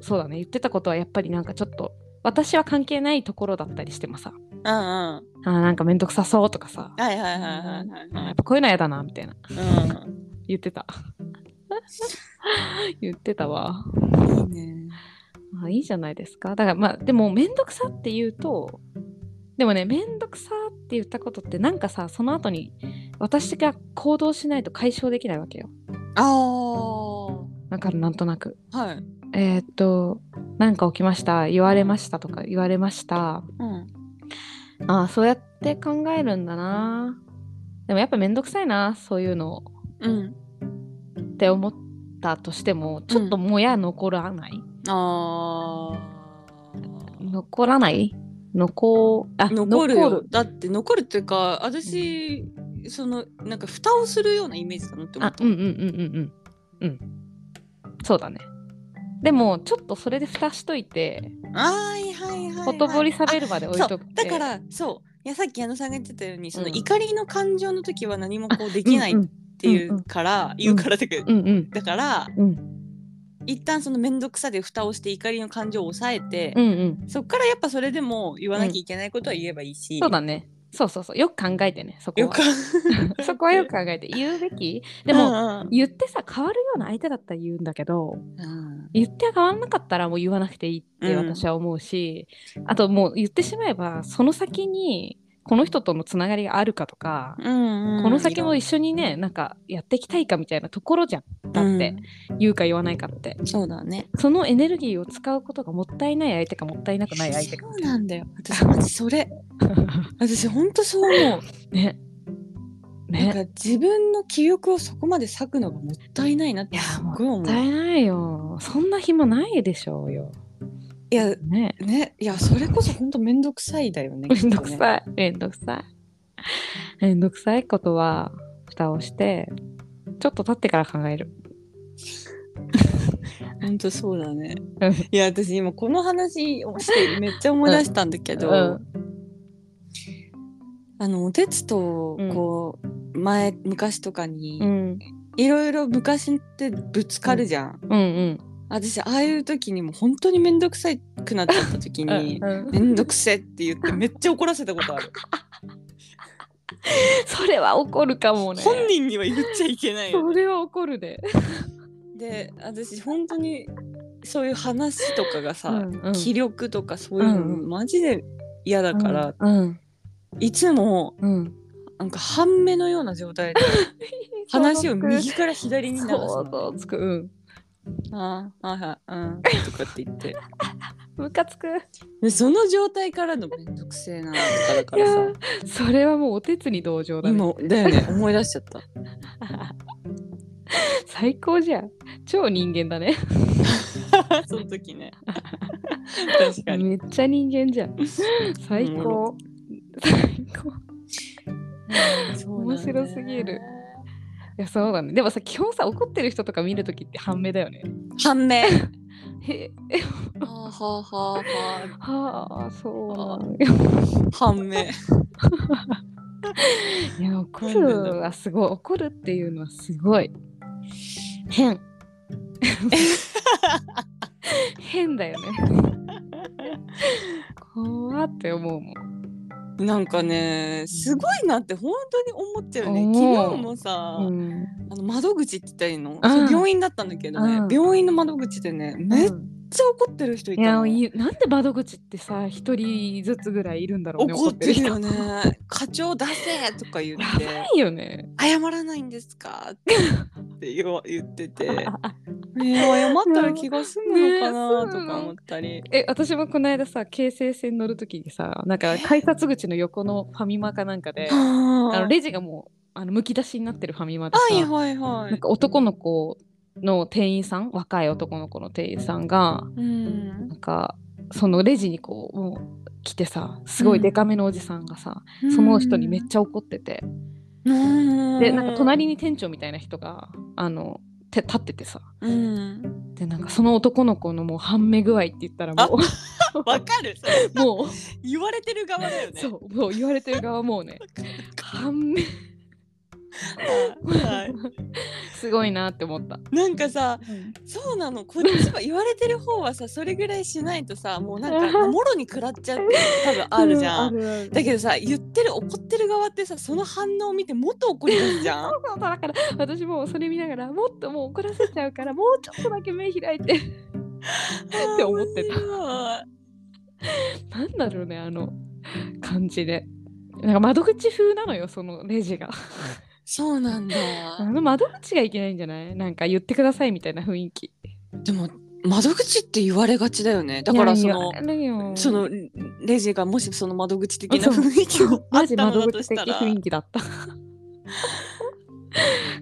そうだね言ってたことはやっぱりなんかちょっと私は関係ないところだったりしてもさうんうんはあーなんかめんどくさそうとかさいはいはいはいはいあーやはっぱこういうのやだなみたいない言ってた <laughs> 言ってたわうんいいねまあいいじゃないですかだからまあでも面倒くさって言うとでもね面倒くさって言ったことってなんかさその後に私が行動しないと解消できないわけよあーだからなんとなくはいえーっとなんか起きました言われましたとか言われましたうんああそうやって考えるんだなでもやっぱ面倒くさいなそういうのうんって思ったとしてもちょっともや残らない、あー残らない残あ残るよだって残るっていうか私、そのなんか蓋をするようなイメージかなって思っあたうんうんうんうんうんうんそうだねでもちょっとそれで蓋しといてあーはいはいはいはいほとぼり冷めるまで置いそとうくだからそういやさっき矢野さんが言ってたようにそのうん怒りの感情の時は何もこうできないっうんていうから、言うからだけど、うんうんだからうん一旦その面倒くさで蓋をして怒りの感情を抑えて、うんうんそっからやっぱそれでも言わなきゃいけないことは言えばいいし、そうだねそうそうそうよく考えてねそこよはか <laughs> そこはよく考えて言うべきでうもんうん言ってさ変わるような相手だったら言うんだけどうん言って変わんなかったらもう言わなくていいってうん私は思うし、あともう言ってしまえばその先にこの人とのつながりがあるかとか、うんうんこの先も一緒にねなんかやっていきたいかみたいなところじゃんだって、言うか言わないかってうんそうだねそのエネルギーを使うことがもったいない相手かもったいなくない相 <laughs> 手かそうなんだよ私マジそれ私ほんとそう思うねなんねか自分の記憶をそこまで割くのがもったいないなっていやすっごい思もうったいないよそんな暇ないでしょうよいやねねいやそれこそ本当めんどくさいだよね。めんどくい。さいめんどくさいめんどくさいことは蓋をしてちょっと経ってから考える本当そうだねうん。 <laughs> いや私今この話をしてめっちゃ思い出したんだけど、うんあのおてつとうんこう、前昔とかに、うんいろいろ昔ってぶつかるじゃん、うんうん私ああいう時にもう本当に面倒くさくなっちゃった時にうん面倒くせえって言ってめっちゃ怒らせたことあるそれは怒るかも <laughs> ね本人には言っちゃいけないよそれは怒るで、で私本当にそういう話とかがさ、うんうん気力とかそういうのうんマジで嫌だから、うんいつもうんなんか半目のような <laughs> 状態で話を右から左に流すそのうそうつくうんああはいはいうんとかって言ってムカつくでその状態からのめんどくせえなとかだからいさやそれはもうお手つに同情だね今だよね思い出しちゃった <laughs> 最高じゃん超人間だねその <laughs> 時ね。確かに。めっちゃ人間じゃん最高最高面白すぎる。いやそうだねでもさ基本さ怒ってる人とか見るときって判明だよね反面。へはあはあははあそうなんあ。反面。いや怒るはすごい怒るっていうのはすごい変変だよ <laughs> ね怖って思うもんなんかね、すごいなって本当に思っちゃうね。思う昨日もさ、うんあの窓口って言ったらいいの、うんそれ病院だったんだけどね、うん病院の窓口でね、めっちゃ怒ってる人いいたやの。いいなんで窓口ってさ一人ずつぐらいいるんだろうね怒ってる人よ <laughs> ね。課長出せとか言って、ないよね謝らないんですかって言わ言って <laughs> て、ね謝ったら気が済むのかなとか思ったり。え私もこの間さ京成線乗る時にさなんか改札口の横のファミマかなんかでああのレジがもうあのむき出しになってるファミマでさはいはいはなんい。か男の子の店員さん若い男の子の店員さんがうんな。んかそのレジにこうもう来てさすごいデカめのおじさんがさ、その人にめっちゃ怒ってて、ゃ。でなんか隣に店長みたいな人があのて立っててさうん。でなんかその男の子のもう半目具合って言ったら <laughs> もわかる。それうもう言われてる側だよね。そうもう言われてる側もうね半目 <laughs> はすごいなって思った。い。なんかさ、そうなの。こっちは言われてる方はさ、それぐらいしないとさ、もうなん <laughs> かもろに食らっちゃうって多分あるじゃ。うんあるあるだけどさ、言ってる怒ってる側ってさ、その反応を見てもっと怒り出すじゃん。そうだから私もそれ見ながらもっともう怒らせちゃうからもうちょっとだけ目開いてって思ってた面白いなんだろうねあの感じでなんか窓口風なのよそのレジがそうなんだ。あの窓口がいけないんじゃないなんか言ってくださいみたいな雰囲気でも窓口って言われがちだよね。だからそいやの。言われるよそのレジがもしその窓口的なそう雰囲気をあ <laughs> マっジたの窓だと口した的ら雰囲気だった <laughs>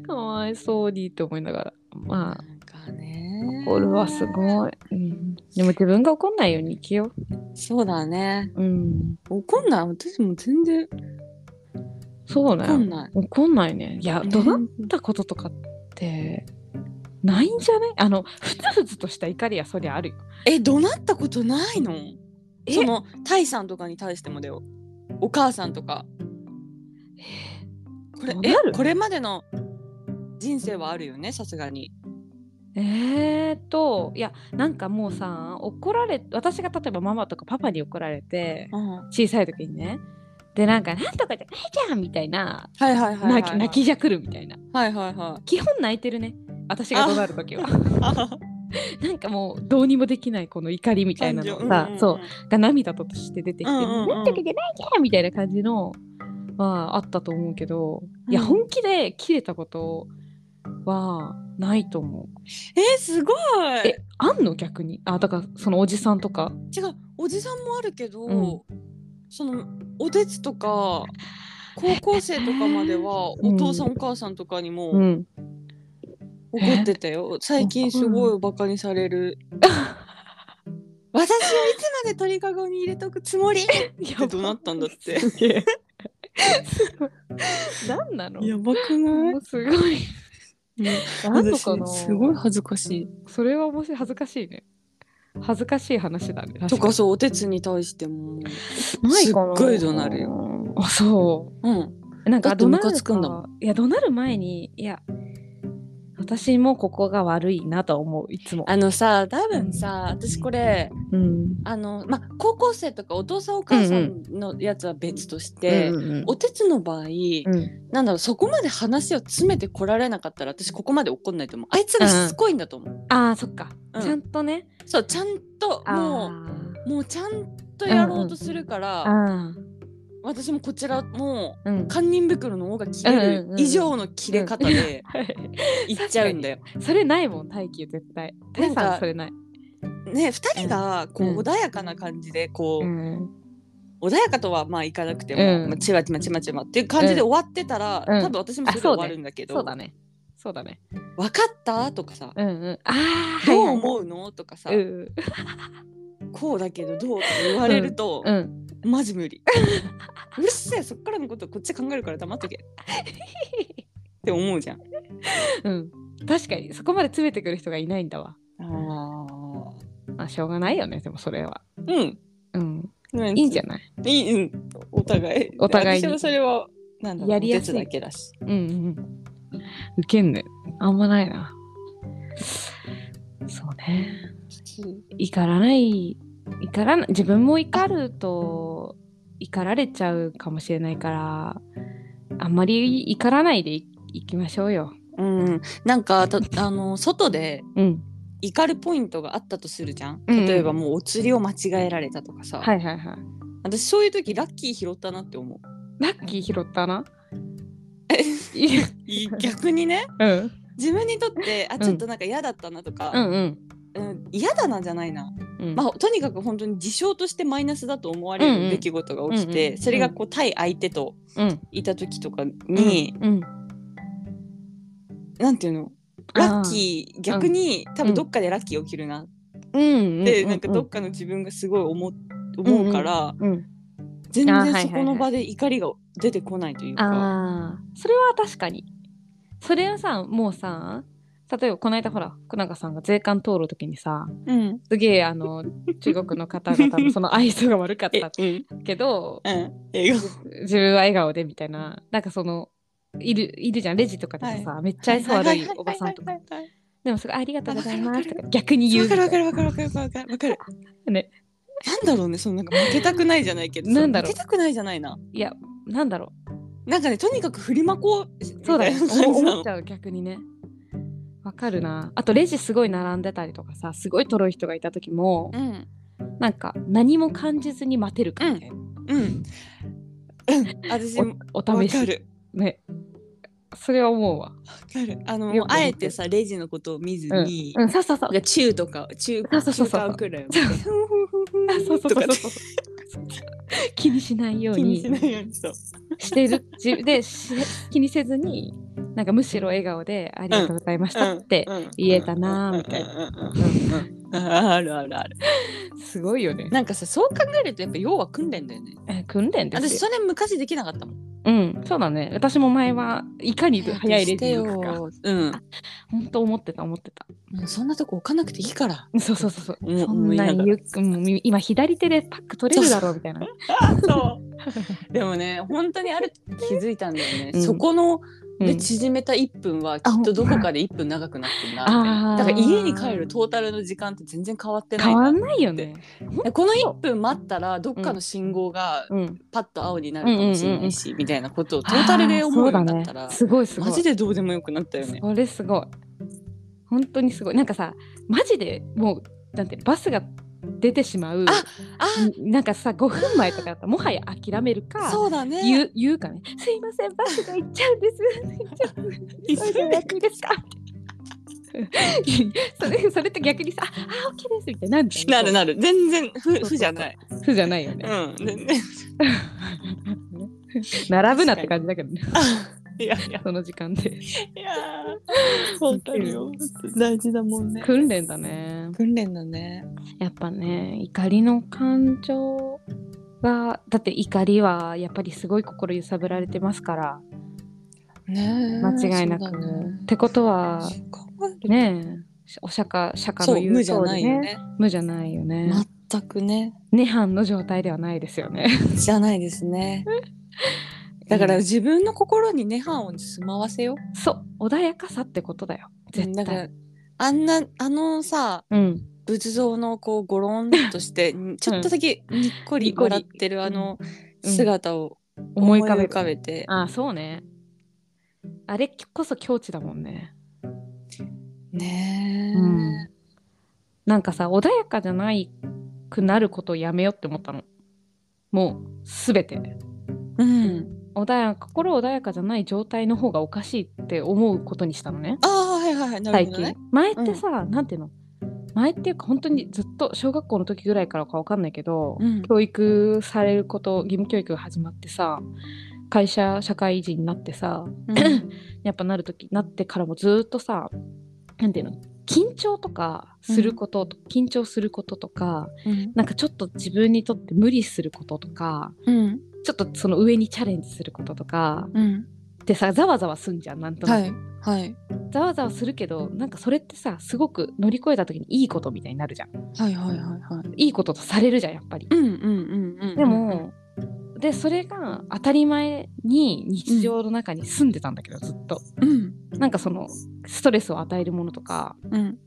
かわいそうにって思いながらまあなんかね怒るはすごい、うん、でも自分が怒んないように生きよそうだねううん怒んない私も全然そうだ怒よんない、怒んないねいや怒鳴ったこととかってないんじゃないあのふつふつとした怒りはそりゃあるよえ怒鳴ったことないのえそのタイさんとかに対してもだよお母さんとかこれ怒え鳴るこれまでの人生はあるよねさすがにえー、といやなんかもうさ怒られ私が例えばママとかパパに怒られてうんは小さい時にねでなんか「なんとかじゃないじゃん!」みたいないはいはいはい、はい、泣き泣きじゃくるみたいなはいはいはい基本泣いてるね私が怒鳴る時は <laughs> なんかもうどうにもできないこの怒りみたいなのがさ、そうが涙として出てきて「うなんうんうんんとかじゃないじゃん!」みたいな感じのまああったと思うけど、いやうん本気で切れたことはないと思う。えー、すごいえあんの逆にあだからそのおじさんとか違うおじさんもあるけど、うんそのおてつとか高校生とかまではうおん父さんお母さんとかにうもん怒ってたよ、最近すごいバカにされる私をいつまで鳥かごに入れとくつもりって <laughs> いや怒鳴ったんだってすげえ <laughs> すごい何なのやばくないもうすごいなんのかな私すごい恥ずかしいそれは面白い恥ずかしいね恥ずかしい話だね確とかにそうおてつに対してなもいかなすっごい怒鳴るよあそううん。なんだかって怒鳴ムカるつくんだもかいや怒鳴る前にいや私もここが悪いなと思ういつも。あのさ、多分さ、私これ、うんあの、ま、高校生とかお父さんお母さんのやつは別として、うんうんおてつの場合、うんなんだろう、そこまで話を詰めてこられなかったら、私ここまで怒んないと思う。あいつがしつこいんだと思う。ああそっか、うんちゃんとねそう、ちゃんと、もう、もうちゃんとやろうとするから、あーあ私もこちらもー、うん、 <laughs> 堪忍袋の方が切れうんうんるうん以上の切れ方で <laughs> いっちゃうんだよ。それないもん耐久絶対。なタんかさんそれない。ね2人がこうんう穏やかな感じでこう、ん、穏やかとはまあいかなくてうも、んまあ、ちまちまちまちまっていう感じで終わってたら、うん多分私もそあれでそうね終わるんだけど「そうだね。そうだね。分かった?」とかさうんうん。ああ「どう思うの?」とかさ、はいはいうんこうだけどどう?」とか言われると、うん。マジ無理。 <laughs> うるせえそっからのことこっち考えるから黙っとけって思 <laughs> うじゃん。うん。確かにそこまで詰めてくる人がいないんだわ。あまあしょうがないよねでもそれは。うん。うん。いいいんじゃゃない。ん。いい、うん。お互い。お互いに私はそれは、なんだろう、やりやすいお手伝だけだし。うんうん。受けんね。あんまないな。そうね。怒らない怒らない自分も怒ると怒られちゃうかもしれないからあんまり怒らないでいいきましょうよ。うん。なんか、た <laughs> あの、外でうん。怒るポイントがあったとするじゃん。うんうん例えばもうお釣りを間違えられたとかさ。はいはいはい。私そういう時ラッキー拾ったなって思う。ラッキー拾ったな。えいや <laughs> い逆にね、 <laughs> うん自分にとって、あ、んちょっとなんか嫌だったなとうか、んうんうん、嫌だなじゃないな。うん。まあ、とにかく本当に事象としてマイナスだと思われうんうんる出来事が起きうんて、うんそれがこう対相手とうんいた時とかに、うんなんていうのあーラッキー逆に、多うん分どっかでラッキー起きるなっうんうんて、うなんかどっかの自分がすごい思う思うから、うん全あーはい然はいそこの場で怒りが出てこないというか、ああそれは確かに。それはさもうさ例えばこの間ほら福永さんが税関通る時にさうんすげえあ <laughs> の中国の方々のその愛想が悪かっえたうんけどうん英語自分は笑顔でみたいななんかそのいるいるじゃんレジとかでもさ、めっちゃ愛想悪いおばさんとかはいはいはいでもすごいありがとうございますとわかるわかか逆に言うわみたかいなるわかるわかるわかるわかるわかるねなんだろうねそのなんか負けたくないじゃないけ <laughs> どなんだろう負けたくないじゃないないやなんだろなんかねとにかく振りまこうみうそうだたい <laughs> よなね感じなの思っちゃう逆にねわかるなあとレジすごい並んでたりとかさすごいとろい人がいた時もうんなんか何も感じずに待てるかみたいな、うんうん私もおおわ試かしるねそれは思うわ、わかるあのよく思もうってるあえてさレジのことを見ずうんに、うん、そうそうそうなんか中とか中そうそうそうそう中間くらいをあそうそうとそうかそうそう気にしないよう気ににしないようにそうしてるじでし気にせずになんかむしろ笑顔で「ありがとうございました」って言えたなーみたいな、うんうんあるあるあるすごいよね。なんかさそう考えるとやっぱ要は訓練だよねえ訓練で私すよ。それ昔できなかったもんうんそうだね私も前はいかに早いレジに行く早かくしてようん本当思ってた思ってた。もうそんなとこ置かなくていいからそうそうそうそう。うんそんな思いながにらゆっくもうみ今左手でパック取れるだろうみたいな。 <laughs> そうでもね本当にある時気づいたんだよね、うんそこのうんで縮めた1分はきっとどこかで1分長くなってるあなーだから家に帰るトータルの時間って全然変わってない変わなんないよね。でこの1分待ったらどっかの信号がうん。パッと青になるかもしれないし、みたいなことをトータルで思うあよーうにそなうっただら、ね。すごいすごい。マジでどうでもよくなったよね。それすごい。本当にすごい。なんかさ、マジでもう、なんていうのバスが出てしまう、あんなんかさ、5分前とかだったら、もはや諦めるか、そうだね。言う言うかね、すいません、バスが行っちゃうん <laughs> です。行っちゃうんですそれでもいいですか <laughs> それそれって逆にさ、あ、あ OK ですみたいになるじゃんなるなる全然うふそうふじゃない。そうじゃないようね。ん全然。 <laughs> 並ぶなって感じだけどね、いやいやその時間で。いやー。わかるよ。大事だもんね。訓練だね。訓練だね。やっぱね怒りの感情がだって怒りはやっぱりすごい心揺さぶられてますからね間違いなく。ってことはね。ねえお釈迦釈迦そのう言う無じ通ゃなりいねよね。無じゃないよね全くね涅槃の状態ではないですよねじゃないですね。だからうん自分の心に涅槃を住まわせよそう穏やかさってことだよう絶んだか対らあんなあのさうん仏像のこうゴロンとし <laughs> てんちょっとだけにっこにりっこり笑ってるあのうん姿を思思いい浮かべる浮かべて、ああそうねあれこそ境地だもんねねえ、うんなんかさ穏やかじゃないくなることをやめようって思ったのもうすべてうん、穏やか心穏やかじゃない状態の方がおかしいって思うことにしたのねああはいはいはいなる最ほど近、ね前ってさ、なんていうの前っていうか本当にずっと小学校の時ぐらいからかわかんないけど、うん教育されること義務教育が始まってさ会社社会人になってさうんやっぱなる時なってからもずーっとさなんていうの緊張とかすることと、緊張することとかうんなんかちょっと自分にとって無理することとかうんちょっとその上にチャレンジすることとかうんってさざわざわすんじゃんなんとなく、はいはいざわざわするけどなんかそれってさすごく乗り越えた時にいいことみたいになるじゃんはいはいはいはいいいこととされるじゃんやっぱりう。んうんうんうんでも、でそれが当たり前に日常の中に住んでたんだけど、ずっとうんなんかそのストレスを与えるものとかうん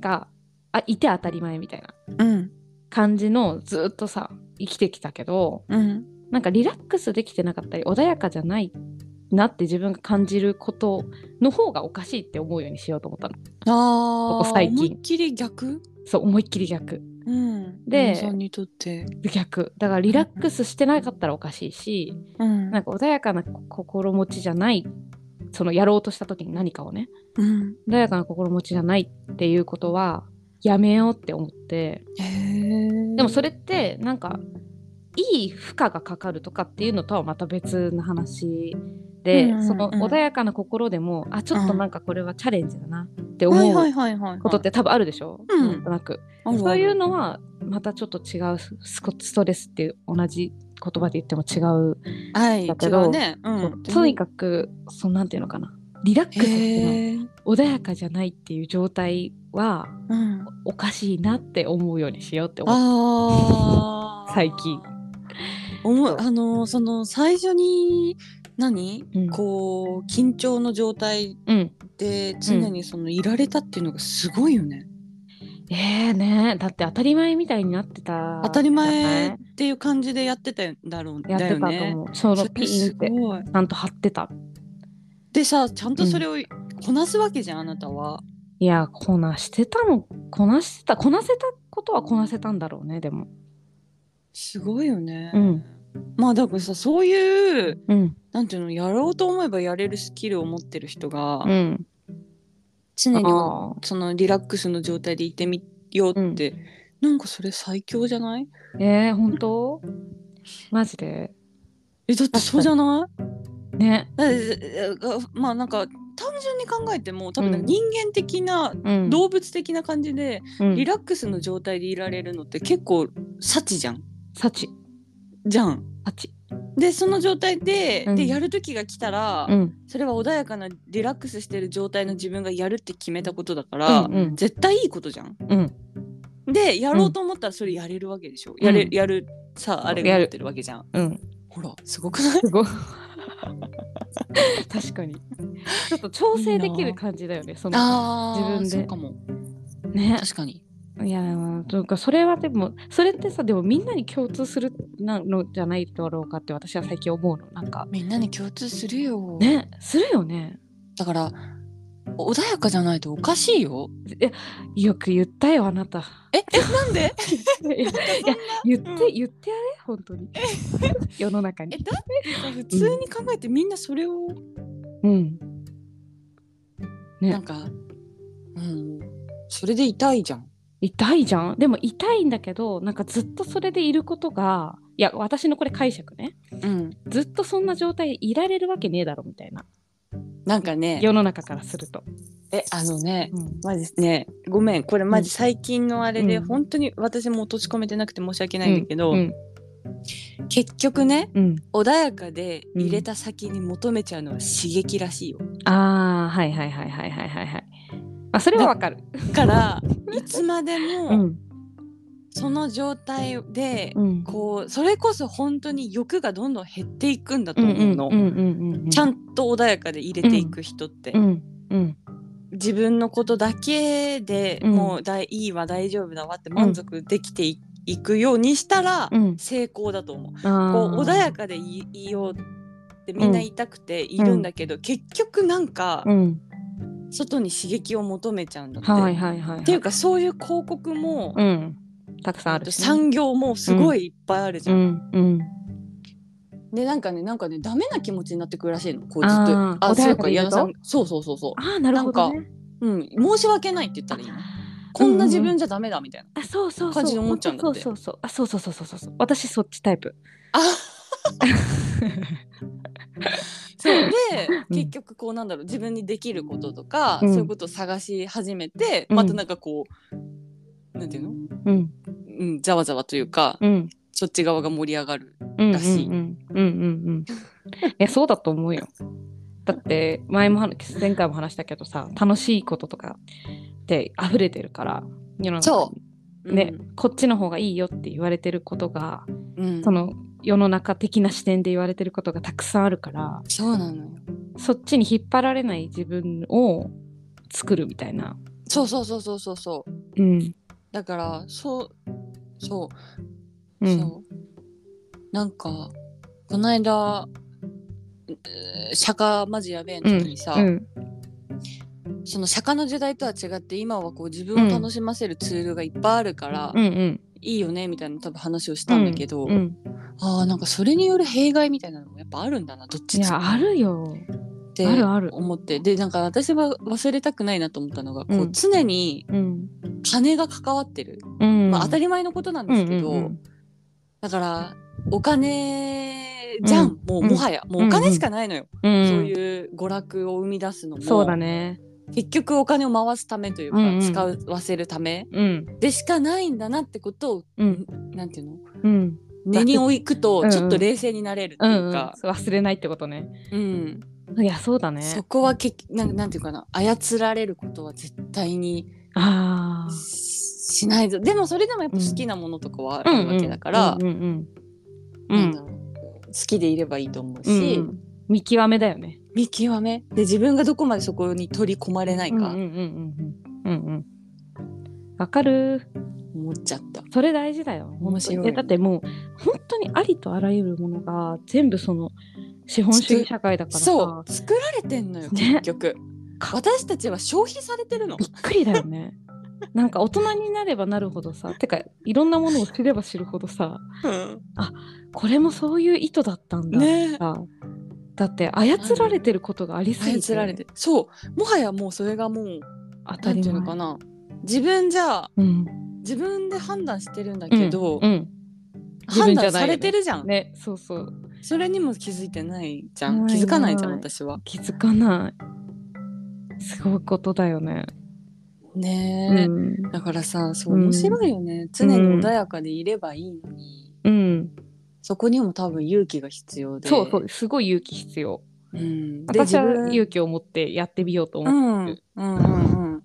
があいて当たり前みたいなうん感じのずっとさ生きてきたけどうんなんかリラックスできてなかったり穏やかじゃないなって自分が感じることの方がおかしいって思うようにしようと思ったのあこあこ最近思いっきり逆そう思いっきり逆うんで皆さんにとって逆だからリラックスしてなかったらおかしいしうんなんか穏やかな心持ちじゃないそのやろうとした時に何かをねうん穏やかな心持ちじゃないっていうことはやめようって思ってへえでもそれれってなんかいい負荷がかかるとかっていうのとはまた別の話で、うんうんうんその穏やかな心でもあちょっとなんかこれはチャレンジだなって思はいうはいはいはいことって多分あるでしょ、うんなんとなく、あるあるそういうのはまたちょっと違うスストレスっていう同じ言葉で言っても違う、はいだけど違うねうそうんとにかくそのなんていうのかなリラックスっていうのはへえ穏やかじゃないっていう状態はうんおかしいなって思うようにしようって思うあー最近思うあのあの最初に何、うんこう緊張の状態うんで常にそのいられたっていうのがすごいよね、えー、ねだって当たり前みたいになってた当たり前っじていう感じでやってたんだろうゃないだやってよたとね思う、そそのれピーンすってごいちゃんと張ってたでさちゃんとそれをこなすわけじゃん、あなたはいやこなしてたのこなしてたこなせたことはこなせたんだろうねでもすごいよね、うんまあだからさそういううんなんていうのやろうと思えばやれるスキルを持ってる人が、うん常にあそのリラックスの状態でいてみようって、なんかそれ最強じゃないーえー、本当マジでえだってそうじゃないねだってえがまあなんか単純に考えても多分なんうんか人間的な、うん動物的な感じで、うんリラックスの状態でいられるのって結構幸じゃん幸じゃん。幸でその状態で,、うんでやる時が来たら、うんそれは穏やかなリラックスしてる状態の自分がやるって決めたことだかうら、んうん絶対いいことじゃん。うんでやろうと思ったらそれやれるわけでしょ、やれうんやるさあれがやる持ってるわけじゃん。うんほらすごくないすごい <laughs> 確かにちょっと調整できる感じだよねそのあー自分でそうかもね確かに。いやーというかそれはでもそれってさでもみんなに共通するなのじゃないだろうかって私は最近思うのなんかみんなに共通するよ。ねするよねだから穏やかじゃないとおかしいよ。いやよく言ったよあな <laughs> たええな <laughs> んでいやいや言って、言ってやれ本 <laughs> 当に世の中えにだってさ普通に考えてみんなそれをうんねなんか、うんそれで痛いじゃん。痛いじゃんでも痛いんだけどなんかずっとそれでいることがいや私のこれ解釈ねうん、ずっとそんな状態でいられるわけねえだろみたいななんかね世の中からすると、えあのねうんマジねごめんこれマジ最近のあれで、うん本当に私もう閉じ込めてなくて申し訳ないんだけど、うん結局ねうん、穏やかで入れた先に求めちゃうのは刺激らしいよ、ああはいはいはいはいはいはいはい。あそれはわかる。だからいつまでもん。その状態で、うんこうそれこそ本当に欲がどんどん減っていくんだとうん思うの、うんうんうんうんちゃんと穏やかで入れていく人って、うんうん自分のことだけでうんもうだいいいわ大丈夫だわって満足できてい,、くようにしたらうん成功だと思う。ここう穏やかでいいようってみんな言いたくているんだけど、結局なんかうん外に刺激を求めちゃうんだって。はいはいはいはいっていうかそういう広告も、うんたくさんあるしね産業もすごいいっぱいあるじうゃん。んうんでなんかねなんかねダメな気持ちになってくるらしいのこうあずっーと穏やかでいそうる矢野とさんそうそうそうそああなるほどねう、うん、申し訳ないって言ったらいいのこんな自分じゃダメだみたいな。あそうそうそう感じで思っちゃうんだってそうそうそうあそうそうそうそうそう私そっちタイプあそううんで結局こうなんだろう自分にできることとか、うんそういうことを探し始めて、うんまたなんかこうなんていうの <laughs> うんうんざわざわというか、うんそっち側が盛り上がる。うんらしいうんうんうんうんうんいやそうだと思うよだって前も話前回も話したけどさ楽しいこととかって溢れてるから世の中にそね、こっちの方がいいよって言われてることが、うん、うんその世の中的な視点で言われてることがたくさんあるからそうなのよ。そっちに引っ張られない自分を作るみたいな、そうそうそうそうそうそう。うんだからそうそううそうなんかこの間えー釈迦マジやべえの時にさ、うんその釈迦の時代とは違って今はこう自分を楽しませるツールがいっぱいあるから、うんうんいいよねみたいな多分話をしたんだけど、うん、ああなんかそれによる弊害みたいなのもやっぱあるんだなどっいちつやあるよってあるある思ってでなんか私は忘れたくないなと思ったのが、こううん常にうん、金が関わってる、うんまあ、当たり前のことなんですけど、うんうんだからお金じゃん、もううんもはや、もうお金しかないのよ、うんうんそういう娯楽を生み出すのもそうだね結局お金を回すためというか、うんうん使わせるためうんでしかないんだなってことを、うんなんていうのうん根に置くうんうとんちょっと冷静になれるってういん、う、うんか、忘れないってことねうんいやそうだねそこはけなんなんていうかな操られることは絶対にああししないぞでもそれでもやっぱ好きなものとかはあるわけだから、うんうんうなんんだろう好きでいればいいと思ううんし、うん見極めだよね見極めで自分がどこまでそこに取り込まれないうんかうんうんうんうんうんわかる思っちゃった。それ大事だよ本当に面白いえだってもう本当にありとあらゆるものが全部その資本主義社会だからさそう作られてんのよね結局、私たちは消費されてるのびっくりだよ <laughs> ねなんか大人になればなるほどさてかいろんなものを知れば知るほどさこれもそういう意図だったんだ、ねえさだって操られてることがありすぎて操られてそうもはやもうそれがもう当た何りていう前のかな自分じゃうん自分で判断してるんだけど、うん自判分じゃないよ断ねされてるじゃんねそうそうそれにも気づいてないじゃんない気づかないじゃんない私は。気づかないすごいことだよね、ねえ、うんだからさそううん面白いよね、常に穏やかでいればいいのに、うん、そこにも多分勇気が必要でそうそうすごい勇気必要うん、で私は自分勇気を持ってやってみようとう思う、ん、うんうんうん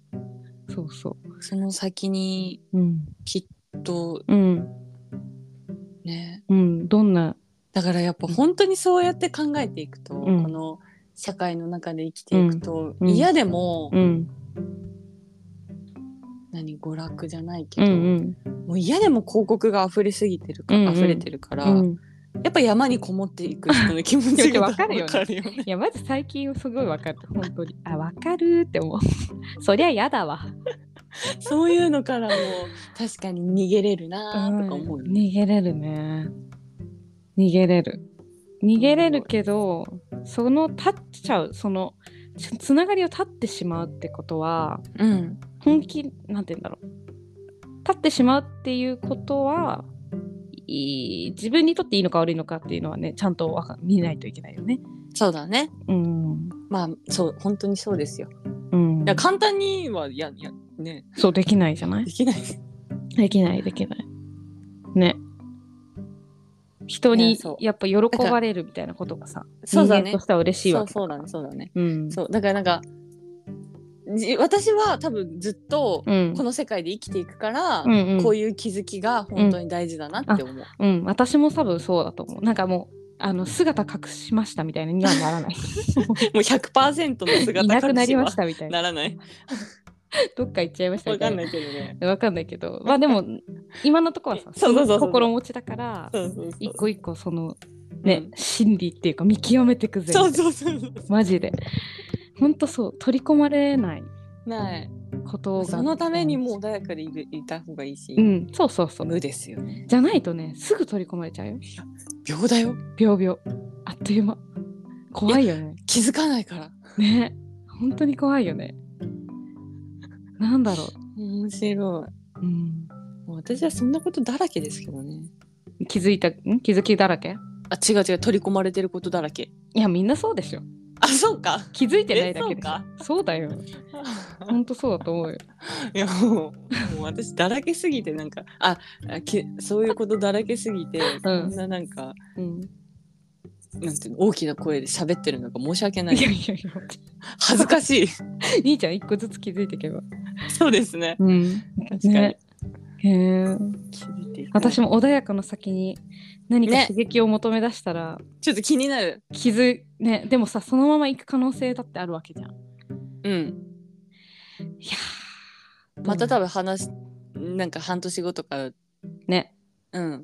そうそその先にううんきっとうんねうんどんなだからやっぱ本当にそうやって考えていくと、うんこの社会の中で生きていくと、うん嫌でも、うん何娯楽じゃないけうど、んもう嫌でも広告が溢れすぎてるか、うんうん溢れてるから、うんうんやっぱ山にこもっていく人の気持ちがわかるよねわかるよねいやまず最近すごいわかる本当にあわかるって思う <laughs> そりゃやだわそういうのからも確かに逃げれるなーとか思うようんね。逃げれるね逃げれる逃げれるけどその立っちゃうそのつつながりを立ってしまうってことはうん、本気なんて言うんだろう立ってしまうっていうことはいい自分にとっていいのか悪いのかっていうのはねちゃんとわか見ないといけないよね。そうだね。うん、まあそう本当にそうですよ。うんい、や簡単にはいやいやねそうできないじゃないできないです。できないできない。ね。人いやにそうやっぱ喜ばれるみたいなことがさ、そうだね人間としては嬉しいそわうけ。そうだねそうだね。うんそうだからなんかじ私は多分ずっとうんこの世界で生きていくから、うんうんこういう気づきが本当に大事だなって思う、うん、私も多分そうだと思う。なんかもう、あの姿隠しましたみたいなにはな <laughs> らない。もう100%の姿いなくなりましたたみたいな。ならないどっか行っちゃいましたわみたかいんなな。いけどねわかんないけど、まあでも、今のところはさ、 <laughs> そうそうそうそう心持ちだから、そうそうそう一個一個その、うね、ん心理っていうか見極めてくぜ。そうそうそうそうマジで。ほんとそう、取り込まれないないことが。そのためにもう穏やかでいるいた方がいいし、うん、そうそうそう。無ですよねじゃないとね、すぐ取り込まれちゃうよ。秒だよ秒々。あっという間。怖いよね。気づかないからね本当に怖いよねなんだろ、面白いううん、もう私はそんなことだらけですけどね気づいたん気づきだらけあ違う違う取り込まれてることだらけいやみんなそうでしょあそうか気づいてないだけでしょえそうだよ本当そうだと思うよいやもうもう私だらけすぎてなんかああきそういうことだらけすぎて、そんななんかうん、なんていうの大きな声で喋ってるのが申し訳ないいやいやいや恥ずかしい兄ちゃん一個ずつ気づいていけばそうですねうん確かに、ねへえ気づいていこう私も穏やかの先に何かね刺激を求め出したら、ちょっと気になる気づねでもさそのまま行く可能性だってあるわけじゃんいうんやーまた多分話なんか半年後とかねうん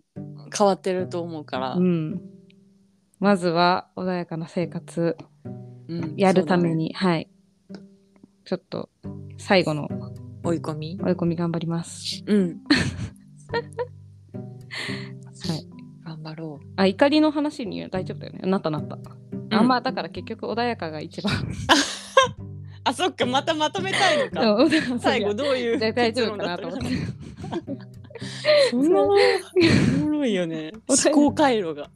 変わってると思うから、うんまずは穏やかな生活うんやるためそうだねに、はい。ちょっと、最後の追い込み追い込み頑張ります。うんはい。頑張ろうあ、怒りの話に大丈夫だよね。なったなった。んあんま、だから結局穏やかが一番。あそっかまたまとめたいのか最後どういうじゃあ大丈夫かな結と論だ思たっ <laughs> のて。そんなおもろいよ <laughs> ね。思考回路が。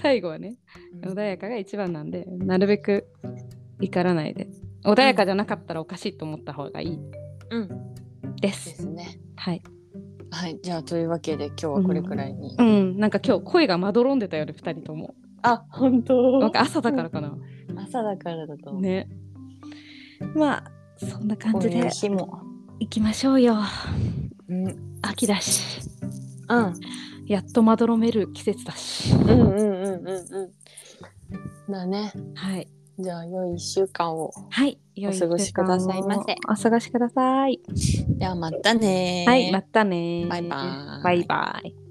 最後はね、穏やかが一番なんで、なるべく怒らないで。穏やかじゃなかったらおかしいと思った方がいいうん。でです。すね。はい。はい。じゃあというわけで今日はこれくらいに。うん、なんか今日声がまどろんでたよね、二人とも。あ本なん当。か朝だからかな。朝だからだと思う。ね。まあ、そんな感こうじいうで日も。行きましょうよ。うん。うん。秋だし。うんやっとまどろめる季節だし。うんうんうんうん。だね。はい。じゃあ良い一週間を。はい。良いお過ごしくださいませお過ごしください。じゃあまたねはい。またね。バイバイバイバイ。